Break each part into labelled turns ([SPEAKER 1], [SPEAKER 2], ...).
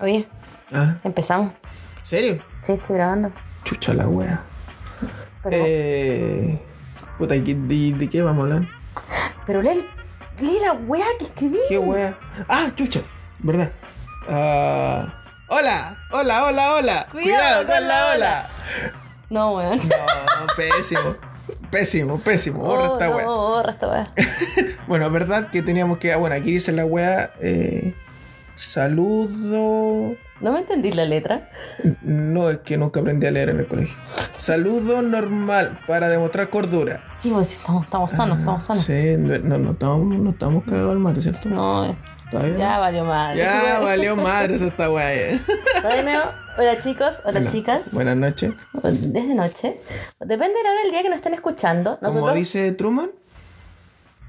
[SPEAKER 1] Oye,
[SPEAKER 2] Ah,
[SPEAKER 1] empezamos.
[SPEAKER 2] ¿en serio?
[SPEAKER 1] Sí, estoy grabando.
[SPEAKER 2] Chucha la wea.
[SPEAKER 1] Pero,
[SPEAKER 2] Eh, puta, ¿y qué- de, de qué vamos a hablar?
[SPEAKER 1] pero lee, lee la weá que escribí.
[SPEAKER 2] ¿Qué wea? Ah, chucha, ¿verdad? Ah, hola, hola, hola, hola.
[SPEAKER 1] Cuidado con la ola. No, weón.
[SPEAKER 2] No, pésimo. Pésimo, pésimo. Borra esta
[SPEAKER 1] Oh, no,
[SPEAKER 2] wea.
[SPEAKER 1] borra esta weá.
[SPEAKER 2] Bueno, es verdad que teníamos que. ah, Bueno, aquí dice la wea. Eh, saludo.
[SPEAKER 1] No me entendí la letra.
[SPEAKER 2] No, es que nunca aprendí a leer en el colegio. Saludo normal para demostrar cordura.
[SPEAKER 1] Sí, pues sí, estamos, estamos sanos, estamos sanos.
[SPEAKER 2] Ah, Sí, no, no estamos, no estamos cagados al mate, ¿cierto?
[SPEAKER 1] No, eh,
[SPEAKER 2] ¿Está bien?
[SPEAKER 1] ya valió madre.
[SPEAKER 2] Ya
[SPEAKER 1] Sí, weón.
[SPEAKER 2] valió madre esa esta weá. eh.
[SPEAKER 1] Bueno, hola chicos, hola
[SPEAKER 2] Bueno,
[SPEAKER 1] chicas.
[SPEAKER 2] Buenas noches.
[SPEAKER 1] Desde noche. Depende de la hora del día que nos estén escuchando.
[SPEAKER 2] Como
[SPEAKER 1] Nosotros,
[SPEAKER 2] dice Truman,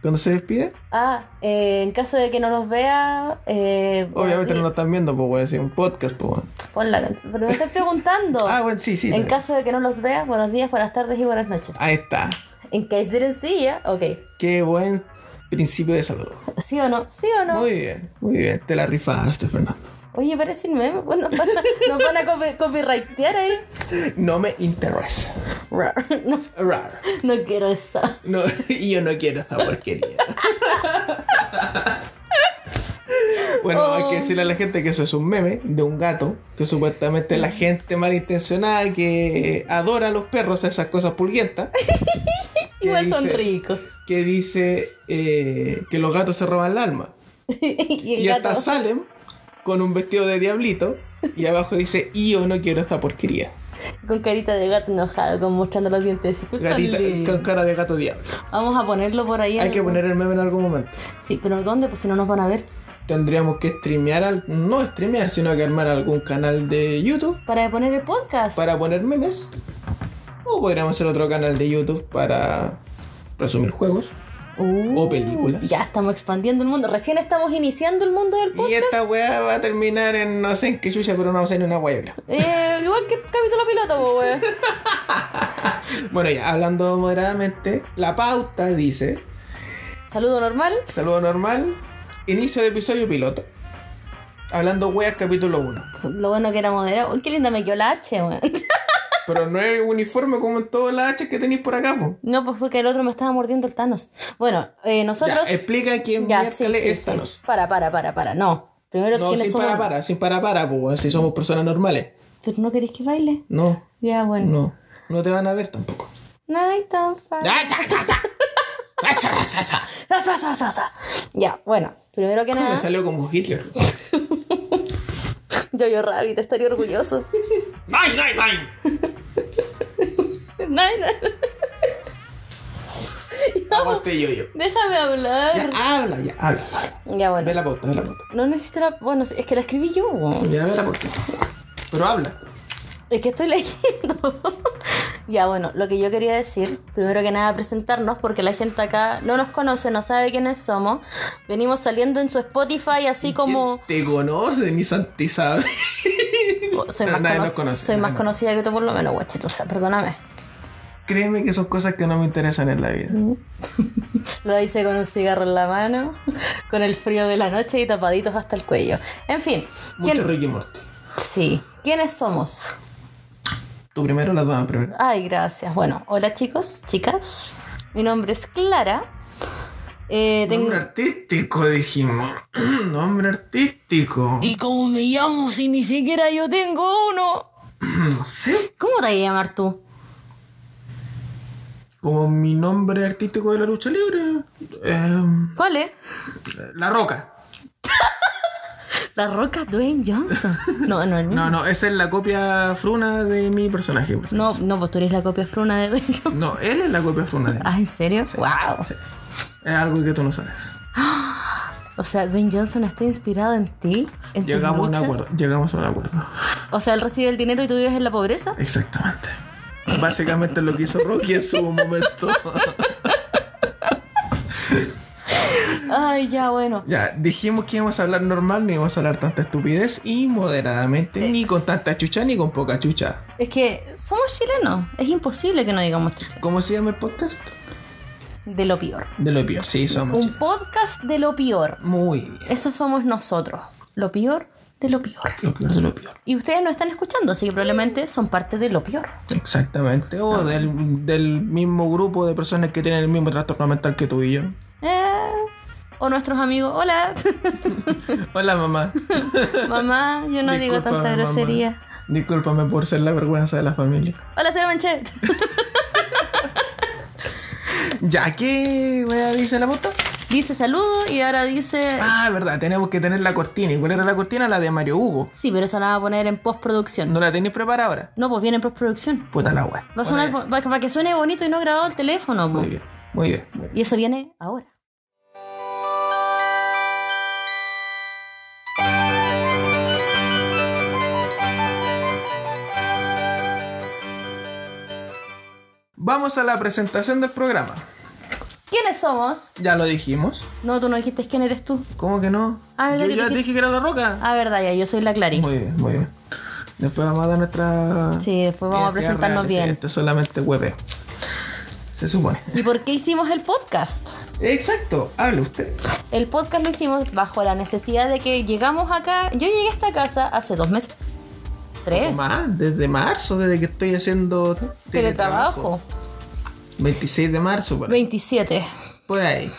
[SPEAKER 2] cuando se despide,
[SPEAKER 1] ah, eh, en caso de que no los vea, eh,
[SPEAKER 2] obviamente
[SPEAKER 1] bueno,
[SPEAKER 2] no lo están viendo, pues voy a decir un podcast, pues. weón.
[SPEAKER 1] pon la canción. Pero me estás preguntando.
[SPEAKER 2] Ah, bueno, sí, sí.
[SPEAKER 1] Oh. En
[SPEAKER 2] pero-
[SPEAKER 1] caso de que no los veas, buenos días, buenas tardes y buenas noches.
[SPEAKER 2] Ahí está.
[SPEAKER 1] En case didn't see ya, ok.
[SPEAKER 2] Qué buen principio de saludo.
[SPEAKER 1] ¿Sí o no? ¿Sí o no?
[SPEAKER 2] Muy bien, muy bien. Te la rifaste, Fernando.
[SPEAKER 1] Oye, parece un meme. Bueno, nos van a, nos van a copy- copyrightear ahí.
[SPEAKER 2] No me interesa.
[SPEAKER 1] Rar, No,
[SPEAKER 2] Raro.
[SPEAKER 1] no quiero eso.
[SPEAKER 2] No, y yo no quiero esta porquería. Bueno,
[SPEAKER 1] Oh.
[SPEAKER 2] hay que decirle a la gente que eso es un meme de un gato, que supuestamente la gente malintencionada que adora a los perros, esas cosas pulguientas, ¿Qué
[SPEAKER 1] Igual son
[SPEAKER 2] dice?
[SPEAKER 1] ricos.
[SPEAKER 2] que dice eh, que los gatos se roban el alma.
[SPEAKER 1] y el
[SPEAKER 2] Y
[SPEAKER 1] gato.
[SPEAKER 2] hasta salen con un vestido de diablito y abajo dice, y yo no quiero esta porquería.
[SPEAKER 1] Con carita de gato enojado, con mostrando los dientecitos. tan
[SPEAKER 2] Gatita eh,
[SPEAKER 1] lindo.
[SPEAKER 2] con cara de gato diablo.
[SPEAKER 1] Vamos a ponerlo por ahí. en
[SPEAKER 2] Hay que
[SPEAKER 1] el-
[SPEAKER 2] poner el meme en algún momento.
[SPEAKER 1] Sí, pero ¿dónde? Pues si no nos van a ver.
[SPEAKER 2] Tendríamos que streamear, al- no streamear, sino que armar algún canal de YouTube
[SPEAKER 1] Para poner el podcast.
[SPEAKER 2] para poner memes. O podríamos hacer otro canal de YouTube para resumir juegos.
[SPEAKER 1] Uh,
[SPEAKER 2] o películas.
[SPEAKER 1] Ya estamos expandiendo el mundo. Recién estamos iniciando el mundo del podcast.
[SPEAKER 2] Y esta weá va a terminar en no sé en qué chucha, pero no sé en una weá, yo creo.
[SPEAKER 1] Eh, igual que el capítulo piloto, po, weón.
[SPEAKER 2] Bueno, ya hablando moderadamente, la pauta dice:
[SPEAKER 1] Saludo normal.
[SPEAKER 2] saludo normal, inicio de episodio piloto. Hablando weas, capítulo 1.
[SPEAKER 1] Lo bueno que era moderado. Uy, qué linda me quedó la H, weón.
[SPEAKER 2] Pero no es uniforme como en todas las H que tenéis por acá, po.
[SPEAKER 1] No, pues fue que el otro me estaba mordiendo el Thanos. Bueno, eh, nosotros.
[SPEAKER 2] Ya, explica quién
[SPEAKER 1] Ya, sí,
[SPEAKER 2] miércoles
[SPEAKER 1] sí,
[SPEAKER 2] es
[SPEAKER 1] sí.
[SPEAKER 2] Thanos.
[SPEAKER 1] Para, para, para, para. No. Primero
[SPEAKER 2] No,
[SPEAKER 1] tienes
[SPEAKER 2] sin
[SPEAKER 1] un.
[SPEAKER 2] para para, sin para para, po, weón, si somos personas normales.
[SPEAKER 1] Pero no queréis que baile.
[SPEAKER 2] No,
[SPEAKER 1] Ya, bueno.
[SPEAKER 2] no, no te van a ver tampoco.
[SPEAKER 1] Night on fire.
[SPEAKER 2] ¡Ah, ta, ta, ta! ¡Esa, esa, esa!
[SPEAKER 1] Sa, sa, sa, sa, sa. Ya, bueno. Primero que
[SPEAKER 2] Me
[SPEAKER 1] nada,
[SPEAKER 2] salió como Hitler.
[SPEAKER 1] yo yo Rabbit estaría orgulloso.
[SPEAKER 2] ¡Nein, nein, nein!
[SPEAKER 1] Night, night.
[SPEAKER 2] Aguante yo, yo.
[SPEAKER 1] Déjame
[SPEAKER 2] Ya,
[SPEAKER 1] hablar.
[SPEAKER 2] habla, ya, habla. habla.
[SPEAKER 1] Ya, bueno.
[SPEAKER 2] Ve la pauta, ve la pauta.
[SPEAKER 1] No necesito la. Bueno, es que la escribí yo, weón.
[SPEAKER 2] Ya, ve la pauta. Pero habla.
[SPEAKER 1] Es que estoy leyendo. ya, bueno, lo que yo quería decir, primero que nada presentarnos, porque la gente acá no nos conoce, no sabe quiénes somos. Venimos saliendo en su Spotify, así como.
[SPEAKER 2] ¿Quién Te conoce, mi santizada.
[SPEAKER 1] Oh, Soy
[SPEAKER 2] No,
[SPEAKER 1] más,
[SPEAKER 2] nadie
[SPEAKER 1] cono-
[SPEAKER 2] nos conoce,
[SPEAKER 1] soy
[SPEAKER 2] nadie
[SPEAKER 1] más
[SPEAKER 2] nos-
[SPEAKER 1] conocida que tú, por lo menos, guachito. O sea, perdóname.
[SPEAKER 2] Créeme que son cosas que no me interesan en la vida.
[SPEAKER 1] Mm, Lo hice con un cigarro en la mano, con el frío de la noche y tapaditos hasta el cuello. En fin,
[SPEAKER 2] Mucho
[SPEAKER 1] ¿quién...
[SPEAKER 2] Ricky Morty.
[SPEAKER 1] sí, ¿quiénes somos?
[SPEAKER 2] Tú primero, las damas primero.
[SPEAKER 1] Ay, gracias. Bueno, hola chicos, chicas. Mi nombre es Clara. Eh, tengo...
[SPEAKER 2] Nombre artístico, dijimos. Nombre artístico.
[SPEAKER 1] ¿Y cómo me llamo si ni siquiera yo tengo uno?
[SPEAKER 2] No sé.
[SPEAKER 1] ¿Cómo te vas a llamar tú?
[SPEAKER 2] Como mi nombre artístico de la lucha libre. em,
[SPEAKER 1] ¿Cuál es?
[SPEAKER 2] la Roca.
[SPEAKER 1] La Roca Dwayne Johnson. No, no, no.
[SPEAKER 2] No, no, esa es la copia fruna de mi personaje. por
[SPEAKER 1] No, no, pues tú eres la copia fruna de Dwayne Johnson.
[SPEAKER 2] favor. No, él es la copia fruna de mí.
[SPEAKER 1] Ah, ¿en serio? wow.
[SPEAKER 2] Es algo que tú no sabes.
[SPEAKER 1] O sea, Dwayne Johnson está inspirado en ti, en tus
[SPEAKER 2] Llegamos a un
[SPEAKER 1] luchas.
[SPEAKER 2] acuerdo. Llegamos a un acuerdo.
[SPEAKER 1] O sea, él recibe el dinero y tú vives en la pobreza.
[SPEAKER 2] Exactamente. Básicamente lo que hizo Rocky en su momento.
[SPEAKER 1] Ay, ya, bueno.
[SPEAKER 2] ya, dijimos que íbamos a hablar normal, no íbamos a hablar tanta estupidez y moderadamente, ni con tanta chucha ni con poca chucha.
[SPEAKER 1] Es que somos chilenos. Es imposible que no digamos chucha.
[SPEAKER 2] ¿Cómo se llama el podcast?
[SPEAKER 1] De lo peor.
[SPEAKER 2] De lo peor, sí, somos.
[SPEAKER 1] Un podcast de lo peor.
[SPEAKER 2] Muy bien.
[SPEAKER 1] Eso somos nosotros. Lo peor de lo peor.
[SPEAKER 2] Lo peor de lo peor.
[SPEAKER 1] Y ustedes no están escuchando, así que probablemente son parte de lo peor.
[SPEAKER 2] Exactamente. O
[SPEAKER 1] Ah,
[SPEAKER 2] del, del mismo grupo de personas que tienen el mismo trastorno mental que tú y yo.
[SPEAKER 1] Eh, o nuestros amigos, hola,
[SPEAKER 2] Hola, mamá.
[SPEAKER 1] mamá, yo no digo
[SPEAKER 2] Discúlpame,
[SPEAKER 1] tanta
[SPEAKER 2] mamá.
[SPEAKER 1] grosería.
[SPEAKER 2] Discúlpame por ser la vergüenza de la familia.
[SPEAKER 1] Hola, señora Manchet.
[SPEAKER 2] Ya que, wea, dice la puta.
[SPEAKER 1] dice saludo y ahora dice...
[SPEAKER 2] Ah, verdad, tenemos que tener la cortina. ¿Y cuál era la cortina? La de Mario Hugo.
[SPEAKER 1] Sí, pero eso la va a poner en postproducción.
[SPEAKER 2] ¿No la tenéis preparada ahora?
[SPEAKER 1] No, pues viene en postproducción.
[SPEAKER 2] Puta la wea.
[SPEAKER 1] Va a sonar, bo- va- para que suene bonito y no grabado el teléfono. po.
[SPEAKER 2] Muy bien, muy bien. muy bien.
[SPEAKER 1] Y eso viene ahora.
[SPEAKER 2] Vamos a la presentación del programa.
[SPEAKER 1] ¿Quiénes somos?
[SPEAKER 2] Ya lo dijimos.
[SPEAKER 1] No, tú no dijiste quién eres tú.
[SPEAKER 2] ¿Cómo que no?
[SPEAKER 1] Ah, ¿verdad
[SPEAKER 2] Yo
[SPEAKER 1] que
[SPEAKER 2] ya
[SPEAKER 1] dijiste-
[SPEAKER 2] dije que era la roca.
[SPEAKER 1] Ah, verdad, ya, yo soy la Clarín.
[SPEAKER 2] Muy bien, muy bien. Después vamos a dar nuestra.
[SPEAKER 1] Sí, después Pues vamos a
[SPEAKER 2] Ideas
[SPEAKER 1] presentarnos bien.
[SPEAKER 2] reales, sí, Esto es solamente hueveo. Se supone.
[SPEAKER 1] ¿Y por qué hicimos el podcast?
[SPEAKER 2] Exacto, hable usted.
[SPEAKER 1] El podcast lo hicimos bajo la necesidad de que llegamos acá. Yo llegué a esta casa hace dos meses. Tres.
[SPEAKER 2] Más, desde marzo, desde que estoy haciendo
[SPEAKER 1] Teletrabajo.
[SPEAKER 2] 26 de marzo, por ahí.
[SPEAKER 1] 27.
[SPEAKER 2] Por ahí.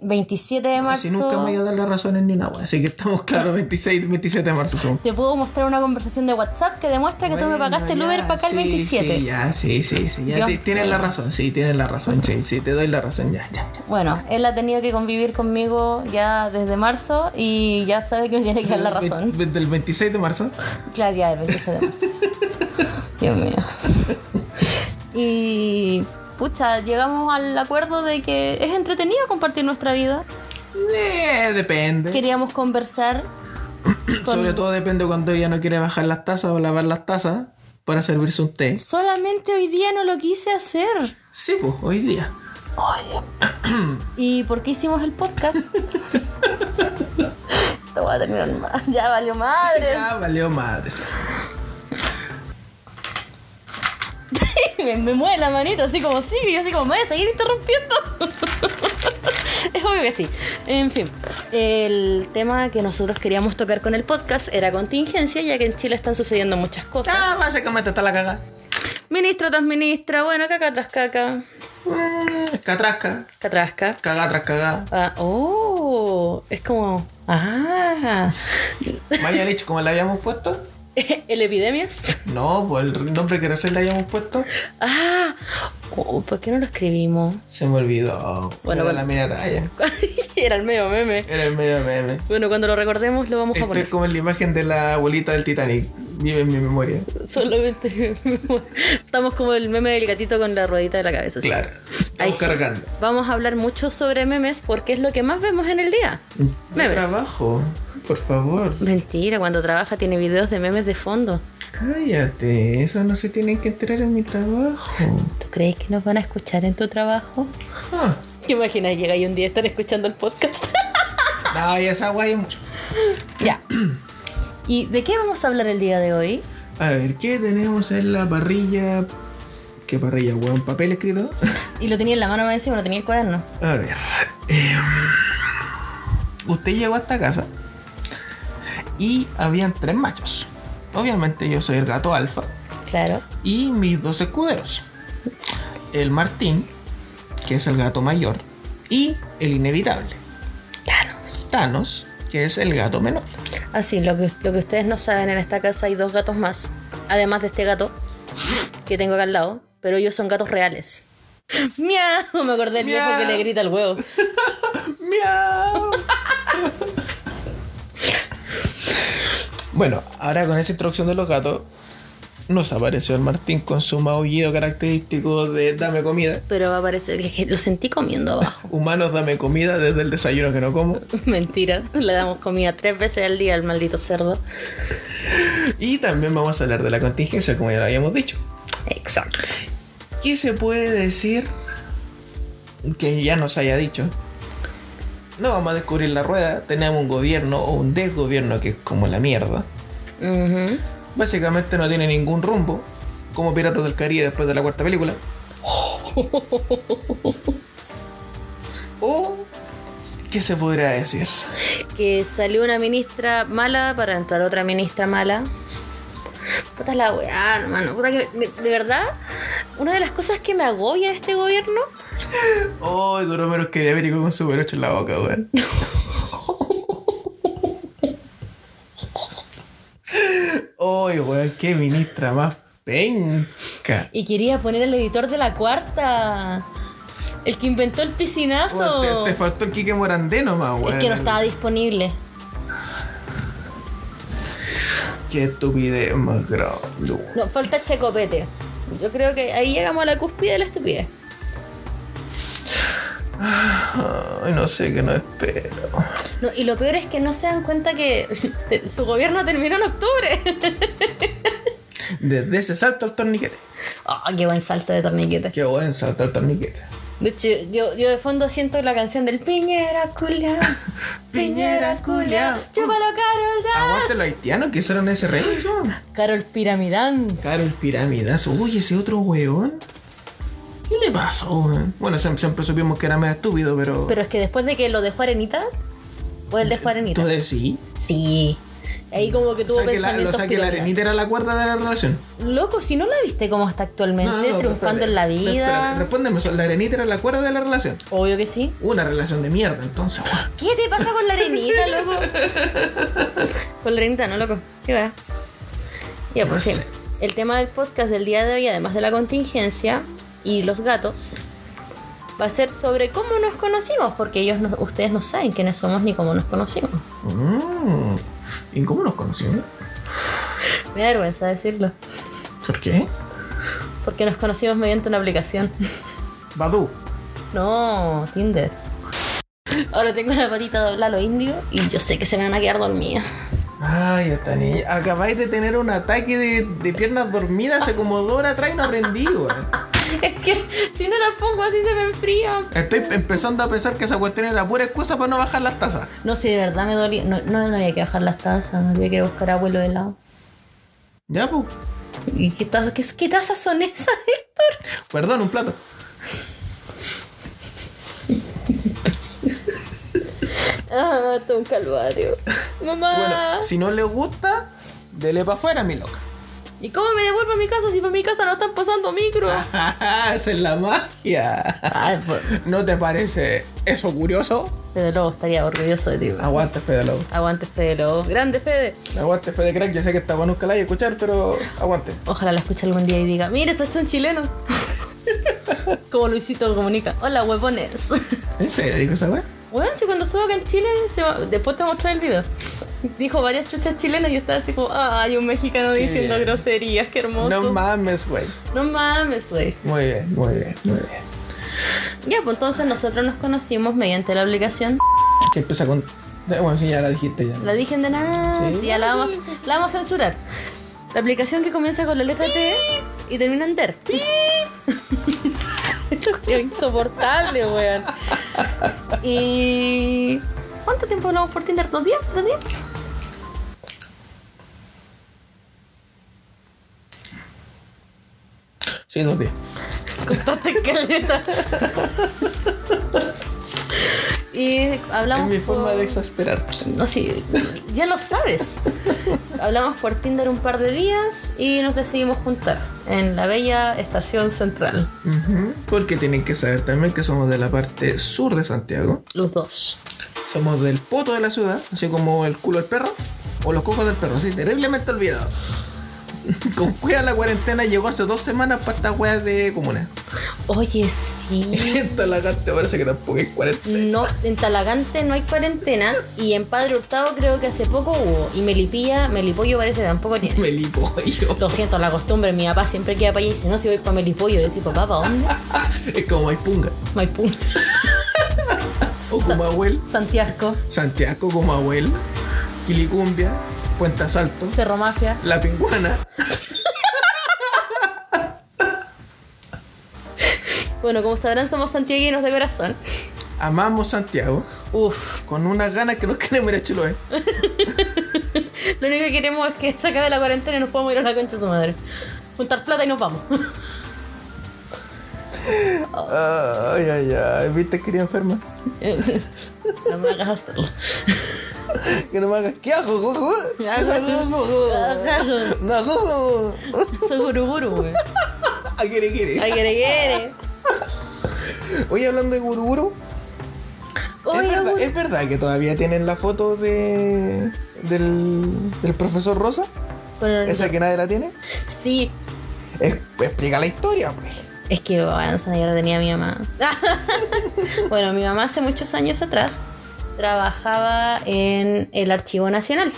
[SPEAKER 1] 27 de marzo.
[SPEAKER 2] Así nunca me voy a dar las razones ni una wea. Así que estamos claros, 26, 27 de marzo son.
[SPEAKER 1] Te puedo mostrar una conversación de WhatsApp que demuestra que tú me
[SPEAKER 2] Bueno,
[SPEAKER 1] pagaste el
[SPEAKER 2] ya,
[SPEAKER 1] Uber para acá el
[SPEAKER 2] sí,
[SPEAKER 1] 27.
[SPEAKER 2] Sí, ya, sí, sí, sí. Ya
[SPEAKER 1] Dios
[SPEAKER 2] ti- tienes la razón, sí, tienes la razón, sí, sí, te doy la razón, ya, ya. ya.
[SPEAKER 1] Bueno, él ha tenido que convivir conmigo ya desde marzo y ya sabe que me tiene que dar la razón.
[SPEAKER 2] Ve- ve- Del 26 de marzo.
[SPEAKER 1] Claro, ya el 26 de marzo. Dios mío. Y pucha, llegamos al acuerdo de que es entretenido compartir nuestra vida.
[SPEAKER 2] Eh, depende.
[SPEAKER 1] Queríamos conversar con-
[SPEAKER 2] Sobre todo depende cuando ella no quiere bajar las tazas o lavar las tazas para servirse un té.
[SPEAKER 1] Solamente hoy día no lo quise hacer.
[SPEAKER 2] Sí, pues, hoy día.
[SPEAKER 1] ¿Y por qué hicimos el podcast? Esto va a terminar mal. Ya valió madre.
[SPEAKER 2] Ya valió madre. sí.
[SPEAKER 1] me, me mueve la manito así como sí, y yo así como me voy a seguir interrumpiendo. es obvio que sí. En fin, el tema que nosotros queríamos tocar con el podcast era contingencia, ya que en Chile están sucediendo muchas cosas.
[SPEAKER 2] Ah, básicamente está la cagada.
[SPEAKER 1] Ministra tras ministra, bueno, caca tras caca,
[SPEAKER 2] Mm, catrasca,
[SPEAKER 1] catrasca.
[SPEAKER 2] cagá tras cagá.
[SPEAKER 1] Ah, oh, es como, ah,
[SPEAKER 2] Maya Lich, ¿cómo le habíamos puesto?
[SPEAKER 1] el epidemias.
[SPEAKER 2] No, pues el nombre que recién le habíamos puesto
[SPEAKER 1] Ah, oh, ¿por qué no lo escribimos?
[SPEAKER 2] se me olvidó.
[SPEAKER 1] Bueno,
[SPEAKER 2] Bueno, era
[SPEAKER 1] bueno.
[SPEAKER 2] la media talla.
[SPEAKER 1] Era el medio meme.
[SPEAKER 2] Era el medio meme.
[SPEAKER 1] Bueno, cuando lo recordemos lo vamos a
[SPEAKER 2] Esto
[SPEAKER 1] poner.
[SPEAKER 2] es como la imagen de la abuelita del Titanic. Vive en mi memoria.
[SPEAKER 1] Solamente estamos como el meme del gatito con la ruedita de la cabeza. así.
[SPEAKER 2] Claro.
[SPEAKER 1] Ahí
[SPEAKER 2] Estamos
[SPEAKER 1] sí.
[SPEAKER 2] cargando.
[SPEAKER 1] Vamos a hablar mucho sobre memes porque es lo que más vemos en el día. Memes.
[SPEAKER 2] Trabajo, por favor.
[SPEAKER 1] Mentira, cuando trabaja tiene videos de memes de fondo.
[SPEAKER 2] Cállate, eso no se tienen que enterar en mi trabajo.
[SPEAKER 1] ¿Tú crees que nos van a escuchar en tu trabajo?
[SPEAKER 2] Ah.
[SPEAKER 1] ¿Te imaginas? Llega y un día están escuchando el podcast.
[SPEAKER 2] No, y esa guay es mucho.
[SPEAKER 1] ya. ¿Y de qué vamos a hablar el día de hoy?
[SPEAKER 2] A ver, ¿qué tenemos en la parrilla? ¿Qué parrilla, weón? ¿Papel escrito?
[SPEAKER 1] Y lo tenía en la mano más encima, lo tenía en el cuaderno.
[SPEAKER 2] A ver. eh, usted llegó a esta casa y habían tres machos. Obviamente yo soy el gato alfa
[SPEAKER 1] Claro.
[SPEAKER 2] y mis dos escuderos. El Martín, que es el gato mayor, y el inevitable,
[SPEAKER 1] Thanos.
[SPEAKER 2] Thanos, que es el gato menor.
[SPEAKER 1] Así, Ah, lo que, lo que ustedes no saben, en esta casa hay dos gatos más. Además de este gato que tengo acá al lado. Pero ellos son gatos reales. ¡Miau! Me acordé del viejo
[SPEAKER 2] ¡Miau!
[SPEAKER 1] que le grita el huevo.
[SPEAKER 2] ¡Miau! bueno, ahora con esa introducción de los gatos, nos apareció el Martín con su maullido característico de dame comida.
[SPEAKER 1] Pero va a parecer que- que lo sentí comiendo abajo.
[SPEAKER 2] Humanos, dame comida desde el desayuno que no como.
[SPEAKER 1] Mentira. Le damos comida tres veces al día al maldito cerdo.
[SPEAKER 2] Y también vamos a hablar de la contingencia, como ya lo habíamos dicho.
[SPEAKER 1] Exacto.
[SPEAKER 2] ¿Qué se puede decir que ya nos haya dicho? No vamos a descubrir la rueda. Tenemos un gobierno o un desgobierno que es como la mierda.
[SPEAKER 1] Ujú.
[SPEAKER 2] Básicamente no tiene ningún rumbo, como Piratas del Caribe después de la cuarta película. O ¿Qué se podrá decir?
[SPEAKER 1] Que salió una ministra mala para entrar otra ministra mala. Puta la weá, hermano. Puta que me- de verdad, una de las cosas que me agobia de este gobierno
[SPEAKER 2] Oh, duró menos que diabético con Super 8 en la boca, weón. Oy, weón, qué ministra más penca.
[SPEAKER 1] y quería poner al editor de la cuarta. El que inventó el piscinazo.
[SPEAKER 2] Weón, Te, te faltó el Quique Morandé nomás, weón.
[SPEAKER 1] es que no estaba disponible.
[SPEAKER 2] Qué estupidez más grande, weón.
[SPEAKER 1] No, falta Checopete. Yo creo que ahí llegamos a la cúspide de la estupidez.
[SPEAKER 2] Ay, no sé qué no espero.
[SPEAKER 1] No, y lo peor es que no se dan cuenta que te- su gobierno terminó en octubre.
[SPEAKER 2] Desde ese salto al torniquete.
[SPEAKER 1] Ah, qué buen salto de torniquete.
[SPEAKER 2] Qué buen salto al torniquete.
[SPEAKER 1] De hecho, yo, yo de fondo siento la canción del Piñera Culia.
[SPEAKER 2] Piñera culiao. Ah.
[SPEAKER 1] Chúpalo, Carol da.
[SPEAKER 2] Aguante los haitianos que hicieron ese rey, weón.
[SPEAKER 1] Carol Piramidán.
[SPEAKER 2] Carol Piramidas. Uy, ese otro weón. ¿Qué le pasó, weón? Bueno, siempre, siempre supimos que era más estúpido, pero.
[SPEAKER 1] Pero es que después de que lo dejó Arenita, o él dejó Arenita.
[SPEAKER 2] Tú decís.
[SPEAKER 1] Sí. Ahí como que
[SPEAKER 2] O
[SPEAKER 1] tuvo
[SPEAKER 2] sea, que la, lo
[SPEAKER 1] pensamientos
[SPEAKER 2] saque la
[SPEAKER 1] piramidales.
[SPEAKER 2] arenita era la cuarta de la relación.
[SPEAKER 1] Loco, si no la viste como está
[SPEAKER 2] No,
[SPEAKER 1] actualmente,
[SPEAKER 2] no, no, pero
[SPEAKER 1] triunfando
[SPEAKER 2] espérate,
[SPEAKER 1] en la
[SPEAKER 2] espérate,
[SPEAKER 1] vida.
[SPEAKER 2] espérate, respóndeme eso. La arenita era la cuerda de la relación.
[SPEAKER 1] Obvio que sí.
[SPEAKER 2] Una relación de mierda, entonces, weón.
[SPEAKER 1] ¿Qué te pasa con la arenita, loco? con la arenita, no, loco. ¿Qué va? Ya,
[SPEAKER 2] No
[SPEAKER 1] pues sí.
[SPEAKER 2] sé.
[SPEAKER 1] El tema del podcast del día de hoy, además de la contingencia y los gatos, va a ser sobre cómo nos conocimos, porque ellos no- ustedes no saben quiénes somos ni cómo nos conocimos.
[SPEAKER 2] Mm. ¿Y cómo nos conocimos?
[SPEAKER 1] Me da vergüenza decirlo,
[SPEAKER 2] ¿Por qué?
[SPEAKER 1] porque nos conocimos mediante una aplicación.
[SPEAKER 2] Badu.
[SPEAKER 1] No, Tinder. Ahora tengo la patita doblada a lo indio y yo sé que se me van a quedar dormidas.
[SPEAKER 2] Ay, esta niña. Acabáis de tener un ataque de, de piernas dormidas hace como dos horas atrás y no aprendí, weón.
[SPEAKER 1] Es que si no las pongo así se me enfrían.
[SPEAKER 2] Estoy empezando a pensar que esa cuestión era pura excusa para no bajar las tasas.
[SPEAKER 1] No, sí, de verdad me dolía. No, no, no había que bajar las tazas, había que ir a buscar a abuelo de lado.
[SPEAKER 2] Ya, pues.
[SPEAKER 1] ¿Y qué tazas, qué, qué tazas son esas?
[SPEAKER 2] Perdón, un plato.
[SPEAKER 1] ah, todo un calvario. Mamá.
[SPEAKER 2] Bueno, si no le gusta, dele para afuera, mi loca.
[SPEAKER 1] ¿Y cómo me devuelvo a mi casa si por mi casa no están pasando micro?
[SPEAKER 2] Esa es la magia.
[SPEAKER 1] Ay, por-
[SPEAKER 2] ¿No te parece eso curioso?
[SPEAKER 1] Fede Lobo estaría orgulloso de ti. weón.
[SPEAKER 2] Aguante, Fede Lobo.
[SPEAKER 1] Aguante, Fede Lobo. Grande, Fede.
[SPEAKER 2] Aguante, Fede Crack. Yo sé que esta weá nunca la hay que escuchar, pero aguante.
[SPEAKER 1] Ojalá la escuche algún día y diga, mire, estos son chilenos. Como Luisito comunica. Hola, huevones.
[SPEAKER 2] ¿En serio dijo esa weá?
[SPEAKER 1] Bueno, si cuando estuvo acá en Chile, se va- después te mostré el video. Dijo varias chuchas chilenas y yo estaba así como, ay, un mexicano
[SPEAKER 2] Qué
[SPEAKER 1] diciendo
[SPEAKER 2] bien.
[SPEAKER 1] groserías, qué hermoso.
[SPEAKER 2] No mames, güey.
[SPEAKER 1] No mames, güey.
[SPEAKER 2] Muy bien, muy bien, muy bien.
[SPEAKER 1] Ya, pues entonces nosotros nos conocimos mediante la aplicación.
[SPEAKER 2] Que empieza con. Bueno, sí, ya la dijiste ya.
[SPEAKER 1] La dije en de nada,
[SPEAKER 2] Sí.
[SPEAKER 1] ya la vamos, la vamos a censurar. La aplicación que comienza con la letra T E y termina en TER. Qué insoportable, weón. Y... ¿Cuánto tiempo hablamos por Tinder? ¿Dos días? ¿Dos días?
[SPEAKER 2] Sí, dos días.
[SPEAKER 1] Contaste caleta. y
[SPEAKER 2] Es
[SPEAKER 1] hablamos.
[SPEAKER 2] mi forma
[SPEAKER 1] por-
[SPEAKER 2] de exasperarte.
[SPEAKER 1] No, sí, ya lo sabes. hablamos por Tinder un par de días y nos decidimos juntar en la bella estación central.
[SPEAKER 2] Ujú, Porque tienen que saber también que somos de la parte sur de Santiago.
[SPEAKER 1] Los dos.
[SPEAKER 2] Somos del poto de la ciudad, así como el culo del perro o los cocos del perro, así terriblemente olvidado. Con cuidado la cuarentena llegó hace dos semanas para estas weas de comuna.
[SPEAKER 1] Oye, sí.
[SPEAKER 2] Esta lagante parece que tampoco es cuarentena.
[SPEAKER 1] No, en Talagante no hay cuarentena y en Padre Hurtado creo que hace poco hubo. Y Melipilla, Melipollo parece que tampoco tiene.
[SPEAKER 2] Me lipo yo.
[SPEAKER 1] Lo siento, la costumbre, mi papá siempre queda para allá y dice, no, si voy para Melipollo, yo digo, papá, ¿para dónde?
[SPEAKER 2] Es como Maipunga.
[SPEAKER 1] Maipú,
[SPEAKER 2] O como abuel.
[SPEAKER 1] Santiago,
[SPEAKER 2] Santiago como abuel. Quilicumbia. Puente Asalto.
[SPEAKER 1] Cerro Mafia.
[SPEAKER 2] La Pinguana.
[SPEAKER 1] Bueno, como sabrán, somos santiaguinos de corazón.
[SPEAKER 2] Amamos Santiago.
[SPEAKER 1] Uf,
[SPEAKER 2] Con unas ganas que nos queremos ir a Chiloé.
[SPEAKER 1] lo único que queremos es que se acabe la cuarentena y nos podamos ir a la concha de su madre. Juntar plata y nos vamos.
[SPEAKER 2] Ay, ay, ay, viste que quería enferma.
[SPEAKER 1] No me hagas hacerlo.
[SPEAKER 2] Que no me hagas ¿qué hago, Goku? ¿Qué hago, Goku? No, Goku.
[SPEAKER 1] Soy guruguru, güey.
[SPEAKER 2] ¿A Ah, quiere, quiere?
[SPEAKER 1] Ay, quiere, quiere.
[SPEAKER 2] Oye, hablando de Guruguru, ¿es,
[SPEAKER 1] Oye,
[SPEAKER 2] verdad,
[SPEAKER 1] güey.
[SPEAKER 2] es verdad que todavía tienen la foto de del, del profesor Rosa?
[SPEAKER 1] Pero-
[SPEAKER 2] ¿Esa que nadie la tiene?
[SPEAKER 1] Sí,
[SPEAKER 2] Es- pues, explica la historia, pues.
[SPEAKER 1] Es que bueno, esa yo la tenía mi mamá. bueno, mi mamá hace muchos años atrás trabajaba en el Archivo Nacional.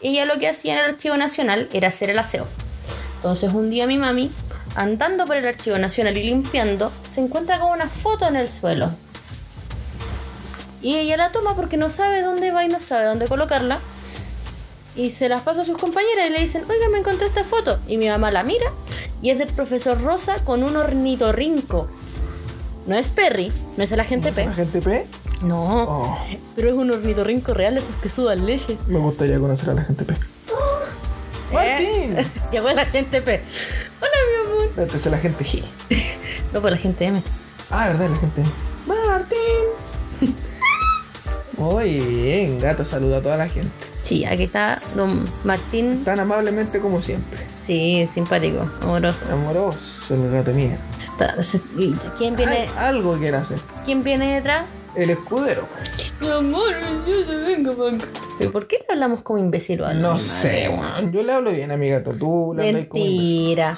[SPEAKER 1] Ella lo que hacía en el Archivo Nacional era hacer el aseo. Entonces un día mi mami, andando por el Archivo Nacional y limpiando, se encuentra con una foto en el suelo. Y ella la toma porque no sabe dónde va y no sabe dónde colocarla. Y se las pasa a sus compañeras y le dicen, oiga, me encontré esta foto. Y mi mamá la mira y es del profesor Rosa con un ornitorrinco. No es Perry, no es el agente P.
[SPEAKER 2] ¿La gente P?
[SPEAKER 1] No,
[SPEAKER 2] Oh,
[SPEAKER 1] pero es un ornitorrinco real, esos que sudan leche.
[SPEAKER 2] me gustaría conocer a la gente
[SPEAKER 1] Eh.
[SPEAKER 2] P. ¡Martín!
[SPEAKER 1] Llegó el agente P. Hola, mi amor.
[SPEAKER 2] Espérate, es la gente G.
[SPEAKER 1] No, pues la gente M.
[SPEAKER 2] Ah, verdad, la gente. ¡Martín! Muy bien, gato, saluda a toda la gente.
[SPEAKER 1] Sí, aquí está don Martín.
[SPEAKER 2] Tan amablemente como siempre.
[SPEAKER 1] Sí, simpático, amoroso.
[SPEAKER 2] Amoroso el gato mío.
[SPEAKER 1] Se está- se- y- ¿Quién viene,
[SPEAKER 2] Hay algo que hacer.
[SPEAKER 1] ¿Quién viene detrás?
[SPEAKER 2] El escudero.
[SPEAKER 1] Mi amor, yo te vengo, ¿Pero por qué le hablamos como imbécil o algo?
[SPEAKER 2] No
[SPEAKER 1] Mi
[SPEAKER 2] sé,
[SPEAKER 1] madre.
[SPEAKER 2] weón. Yo le hablo bien a mi gato. Tú le hablas como imbécil.
[SPEAKER 1] Mentira.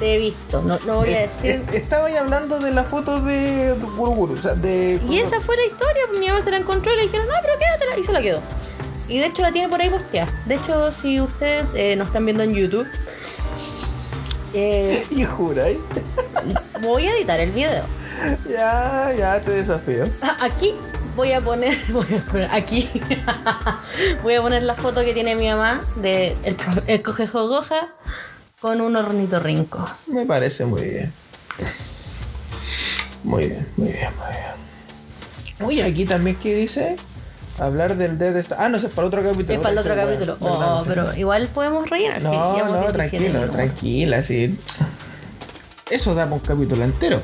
[SPEAKER 1] Te he visto. No, no voy a
[SPEAKER 2] Eh,
[SPEAKER 1] decir.
[SPEAKER 2] eh, Estaba ahí hablando de la foto de Guruguru. O sea, de.
[SPEAKER 1] Y esa fue la historia. pues, Mi mamá se la encontró y le dijeron, no, pero quédatela. Y se la quedó. Y de hecho la tiene por ahí posteada. De hecho, si ustedes eh, nos están viendo en YouTube, eh,
[SPEAKER 2] Y jura, ¿eh?
[SPEAKER 1] voy a editar el video.
[SPEAKER 2] Ya, ya te desafío.
[SPEAKER 1] Ah, Aquí voy a poner, voy a poner aquí, voy a poner la foto que tiene mi mamá de el, pro- el cojejo goja con un ornitorrinco.
[SPEAKER 2] Me parece muy bien. Muy bien, muy bien, muy bien. Uy, aquí también que dice hablar del Dead Star. Ah, no, eso es para otro capítulo.
[SPEAKER 1] Es para el
[SPEAKER 2] Otra
[SPEAKER 1] otro
[SPEAKER 2] vez,
[SPEAKER 1] capítulo.
[SPEAKER 2] bueno,
[SPEAKER 1] Oh,
[SPEAKER 2] ¿verdad?
[SPEAKER 1] pero igual podemos rellenar. sí,
[SPEAKER 2] No,
[SPEAKER 1] llevamos
[SPEAKER 2] no,
[SPEAKER 1] 17
[SPEAKER 2] tranquilo,
[SPEAKER 1] minutos.
[SPEAKER 2] tranquila, sí. Eso da para un capítulo entero.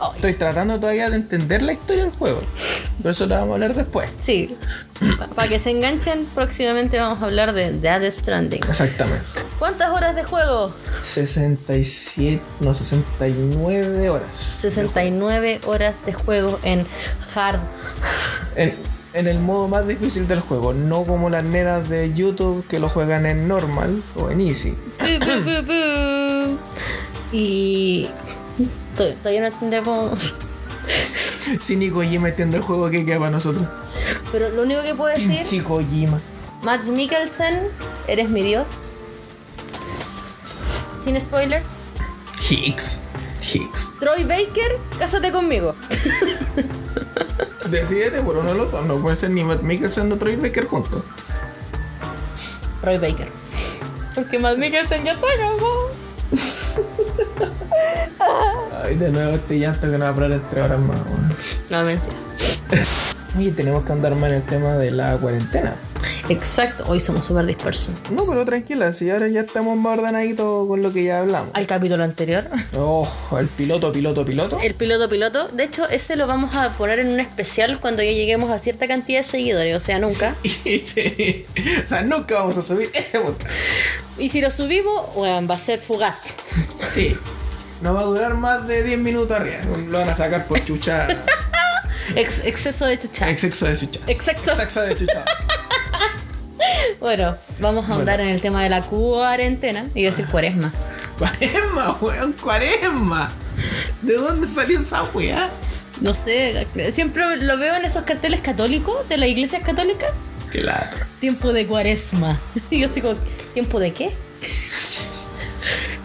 [SPEAKER 1] Ay,
[SPEAKER 2] Estoy tratando todavía de entender la historia del juego. Pero eso lo vamos a hablar después.
[SPEAKER 1] Sí, para que se enganchen, próximamente vamos a hablar de Dead Stranding.
[SPEAKER 2] Exactamente.
[SPEAKER 1] ¿Cuántas horas de juego?
[SPEAKER 2] 67, no, 69 horas.
[SPEAKER 1] 69 horas de juego en hard.
[SPEAKER 2] En, en el modo más difícil del juego, no como las nenas de YouTube que lo juegan en normal o en easy.
[SPEAKER 1] Bu, bu, bu, bu. y to- todavía no entendemos.
[SPEAKER 2] Si ni Kojima entiende el juego, ¿qué queda para nosotros?
[SPEAKER 1] Pero lo único que puedo decir,
[SPEAKER 2] Si Kojima.
[SPEAKER 1] Max Mikkelsen, eres mi dios. Sin spoilers.
[SPEAKER 2] Hicks. Hicks.
[SPEAKER 1] Troy Baker, cásate conmigo.
[SPEAKER 2] Decídete por uno de los dos, no puede ser ni Matt Mikkelsen ni Troy Baker juntos.
[SPEAKER 1] Roy Baker. Porque más Mikkelsen ya está grabado.
[SPEAKER 2] Ay, de nuevo este llanto que nos va a parar en tres horas más, weón.
[SPEAKER 1] No, mentira.
[SPEAKER 2] Oye, tenemos que andar más en el tema de la cuarentena.
[SPEAKER 1] Exacto, hoy somos súper dispersos.
[SPEAKER 2] No, pero tranquila, si ahora ya estamos más ordenaditos con lo que ya hablamos.
[SPEAKER 1] Al capítulo anterior,
[SPEAKER 2] Oh, el piloto, piloto, piloto.
[SPEAKER 1] el piloto piloto, de hecho ese lo vamos a poner en un especial cuando ya lleguemos a cierta cantidad de seguidores, o sea, nunca.
[SPEAKER 2] o sea, nunca vamos a subir ese podcast.
[SPEAKER 1] Y si lo subimos, weón, va a ser fugaz.
[SPEAKER 2] Sí. No va a durar más de 10 minutos arriba. Lo van a sacar por chucha.
[SPEAKER 1] Ex- exceso de chucha.
[SPEAKER 2] Exceso de chucha.
[SPEAKER 1] Exacto.
[SPEAKER 2] Exceso de chucha.
[SPEAKER 1] Bueno, vamos a andar
[SPEAKER 2] Bueno.
[SPEAKER 1] en el tema de la cuarentena y decir cuaresma.
[SPEAKER 2] Cuaresma, weón, cuaresma. ¿De dónde salió esa weá?
[SPEAKER 1] No sé, siempre lo veo en esos carteles católicos de las iglesias católicas.
[SPEAKER 2] Qué lata.
[SPEAKER 1] Tiempo de cuaresma. Y yo así como, ¿tiempo de qué?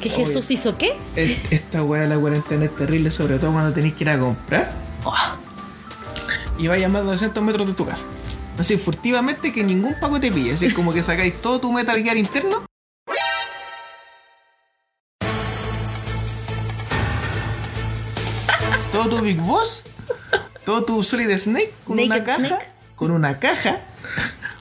[SPEAKER 1] ¿Que
[SPEAKER 2] Obvio.
[SPEAKER 1] Jesús hizo qué?
[SPEAKER 2] Es- Esta weá de la cuarentena es terrible, sobre todo cuando tenés que ir a comprar
[SPEAKER 1] Oh,
[SPEAKER 2] y vayas a más de 200 metros de tu casa. Así furtivamente que ningún paco te pille. Así como que sacáis todo tu Metal Gear interno. Todo tu Big Boss. Todo tu Solid Snake con
[SPEAKER 1] Naked
[SPEAKER 2] una caja.
[SPEAKER 1] Snake.
[SPEAKER 2] Con una caja.